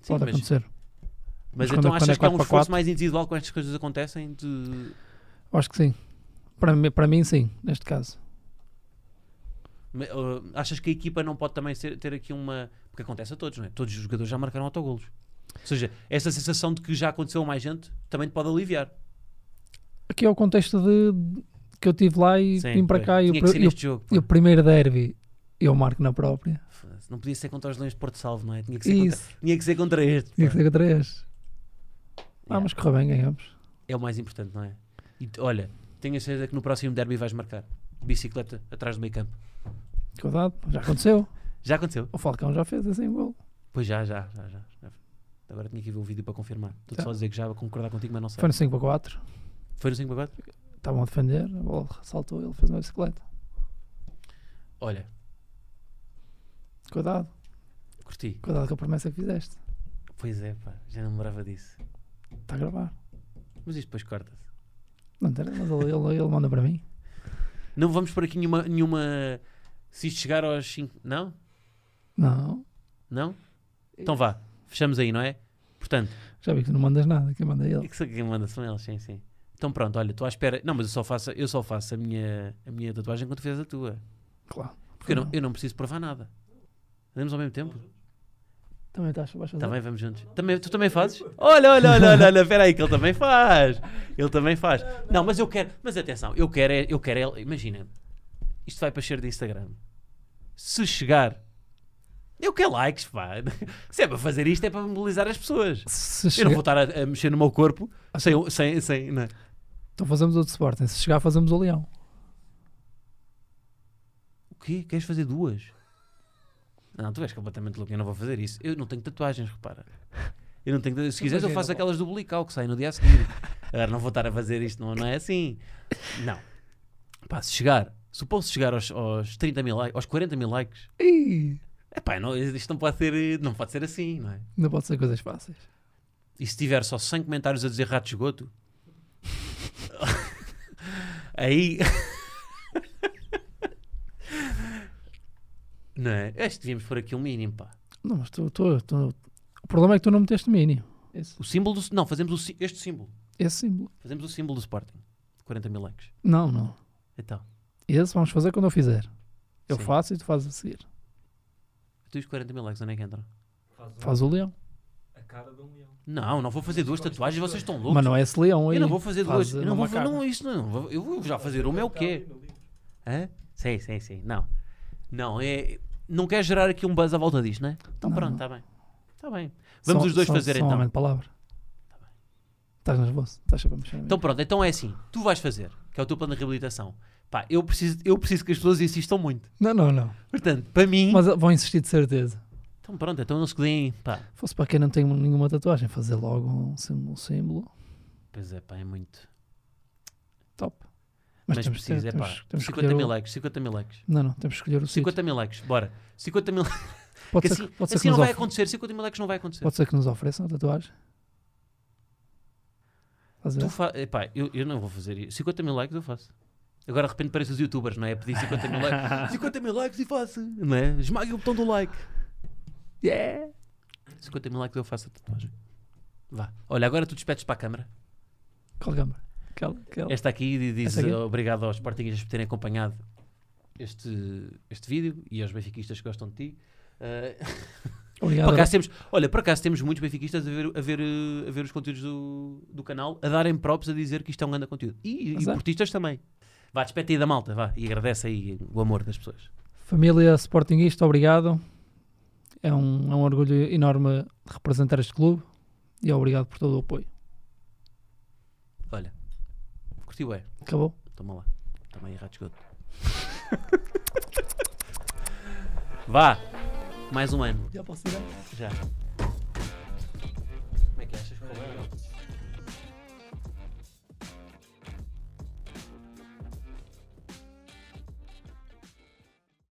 Sim, Pode mas, acontecer. mas Mas então quando- achas quando que é é um quatro para esforço quatro? mais individual quando estas coisas acontecem? De... Eu Acho que sim. Para, mim- para mim, sim, neste caso. Me- ah, achas que a equipa não pode também ser- ter aqui uma. Porque acontece a todos, não é? Todos os jogadores já marcaram autogolos. Ou seja, essa sensação de que já aconteceu a mais gente também te pode aliviar. Aqui é o contexto de, que eu tive lá e Sim, vim para pois. cá. E o, Tinha que ser pri- e o- neste jogo. pá. e o primeiro derby eu marco na própria. Foda-se. Não podia ser contra os Leões de Porto Salvo, não é? Tinha que ser, contra, Isso. tinha que ser contra este. Tinha pá. que ser com 3. Ah, Yeah. mas correu bem, ganhamos. É o mais importante, não é? E t- olha, tenho a certeza que no próximo derby vais marcar. Bicicleta atrás do meio campo. Cuidado, já aconteceu. Já aconteceu? O Falcão já fez assim um gol. Pois já, já, já, já. já. Agora tinha que ver o vídeo para confirmar. Estou Já. só a dizer que já vou concordar contigo, mas não sei. Tá. Foi no 5 para 4. Foi no 5 para 4? Estavam a defender, a bola saltou, ele fez uma bicicleta. Olha, Cuidado, curti. cuidado com a promessa é que fizeste. Pois é, pá, já não me lembrava disso. Está a gravar. Mas isto depois corta-se. Não interessa, mas ele, ele, ele manda para mim. Não vamos por aqui nenhuma. nenhuma... Se isto chegar aos 5. Não? Não, Não? Então vá, fechamos aí, não é? Portanto, já vi que tu não mandas nada, quem manda é é ele. que sei quem manda são eles, sim, sim. Então pronto, olha, estou à espera. Não, mas eu só faço, eu só faço a, minha, a minha tatuagem quando tu fizeres a tua. Claro. Porque eu não, eu não preciso provar nada. Andamos ao mesmo tempo? Também estás, vais fazer. Também vamos juntos. Também, tu também fazes? Olha, olha, olha, olha, olha, espera aí, que ele também faz. Ele também faz. Não, mas eu quero, mas atenção, eu quero, é- eu quero, é- imagina, isto vai para cheiro de Instagram. Se chegar, eu quero likes, pá. [LAUGHS] Se é para fazer isto, é para mobilizar as pessoas. Se Eu não chegar, vou estar a, a mexer no meu corpo sem, sem, sem não é? Então fazemos outro Sporting. Se chegar, fazemos o Leão. O quê? Queres fazer duas? Não, tu és completamente louco, eu não vou fazer isso. Eu não tenho tatuagens, repara. Eu não tenho tatuagens. Se quiseres, eu faço aquelas do Blical que saem no dia a seguir. Agora não vou estar a fazer isto, não, não é assim. Não. Pá, se chegar, se o post chegar aos, aos 30 mil likes, aos 40 mil likes, Ih, é pá, não, isto não pode, ser, eh, não pode ser assim, não é? não pode ser coisas fáceis. E se tiver só 100 comentários a dizer rato de esgoto, [LAUGHS] aí. [LAUGHS] não é? Acho que devíamos pôr aqui um mínimo, pá. Não, mas tu, tu- tu- o problema é que tu não meteste mínimo. Esse, O símbolo do. Não, fazemos o sí- este símbolo. esse símbolo. Fazemos o símbolo do Sporting. 40 mil likes. Não, não. Então, Esse vamos fazer quando eu fizer. Eu Sim. faço e tu fazes a seguir. tu e os 40 mil likes, onde é que entram? Faz, um- Faz o leão. a cara de um leão. Não, não vou fazer duas tatuagens, vocês estão loucos. Mas não é esse leão aí. eu não vou fazer Faz duas. Eu não vou numa fa- cara. Não, isso não. não vou- Eu vou já fazer uma é o quê? Tá ali no livro. Hã? Sim, sim, sim. Não. Não, é. Não quer gerar aqui um buzz à volta disto, não é? Então Não. pronto, está bem. Está bem. Vamos Só- os dois só- fazer só então. aumento de palavra. Estás nervoso. Estás sempre a mexer. Então pronto, então é assim. Tu vais fazer, que é o teu plano de reabilitação. Pá, eu preciso, eu preciso que as pessoas insistam muito. Não, não, não. Portanto, para mim. Mas vão insistir de certeza. Então, Então pronto, então não se deem. Pá, Fosse para quem não tem nenhuma tatuagem, fazer logo um símbolo, um símbolo. pois é, pá, é muito. top. Mas, temos que- precisa, é pá. temos- temos que 50 escolher mil o- likes, 50 mil likes. Não, não, temos que escolher o sítio. 50 mil likes, bora. 50 mil que Pode ser, assim, que- pode ser assim que não nos vai ofre- acontecer, 50 mil likes não vai acontecer. pode ser que nos ofereçam a tatuagem. Estás a Tu ver? fa... Epá, eu, eu não vou fazer isso. 50 mil likes eu faço. Agora de repente parece os youtubers, não é? A pedir 50 mil [LAUGHS] likes. 50 mil likes e faço. Não é? Esmague o botão do like. Yeah! 50 mil likes eu faço a tatuagem. Vá. Olha, agora tu despedes para a câmara. Qual câmara? Aquela, aquela. Esta aqui di- diz Então. Esta aqui? eh, obrigado aos Sportingistas por terem acompanhado este, este vídeo e aos benfiquistas que gostam de ti. Eh, Obrigado. por acaso temos, olha, por acaso temos muitos benfiquistas a ver, a ver, eh, a ver os conteúdos do, do canal, a darem props a dizer que isto é um grande conteúdo. E, e Exato. portistas também. Vá, despete aí da malta, vá. E agradece aí o amor das pessoas. Família Sportinguista, obrigado. É um, é um orgulho enorme representar este clube e obrigado por todo o apoio. Olha, curtiu é. Acabou? Toma lá. Toma aí, rato esgoto. vá. Mais um ano. Já posso ir? Já. é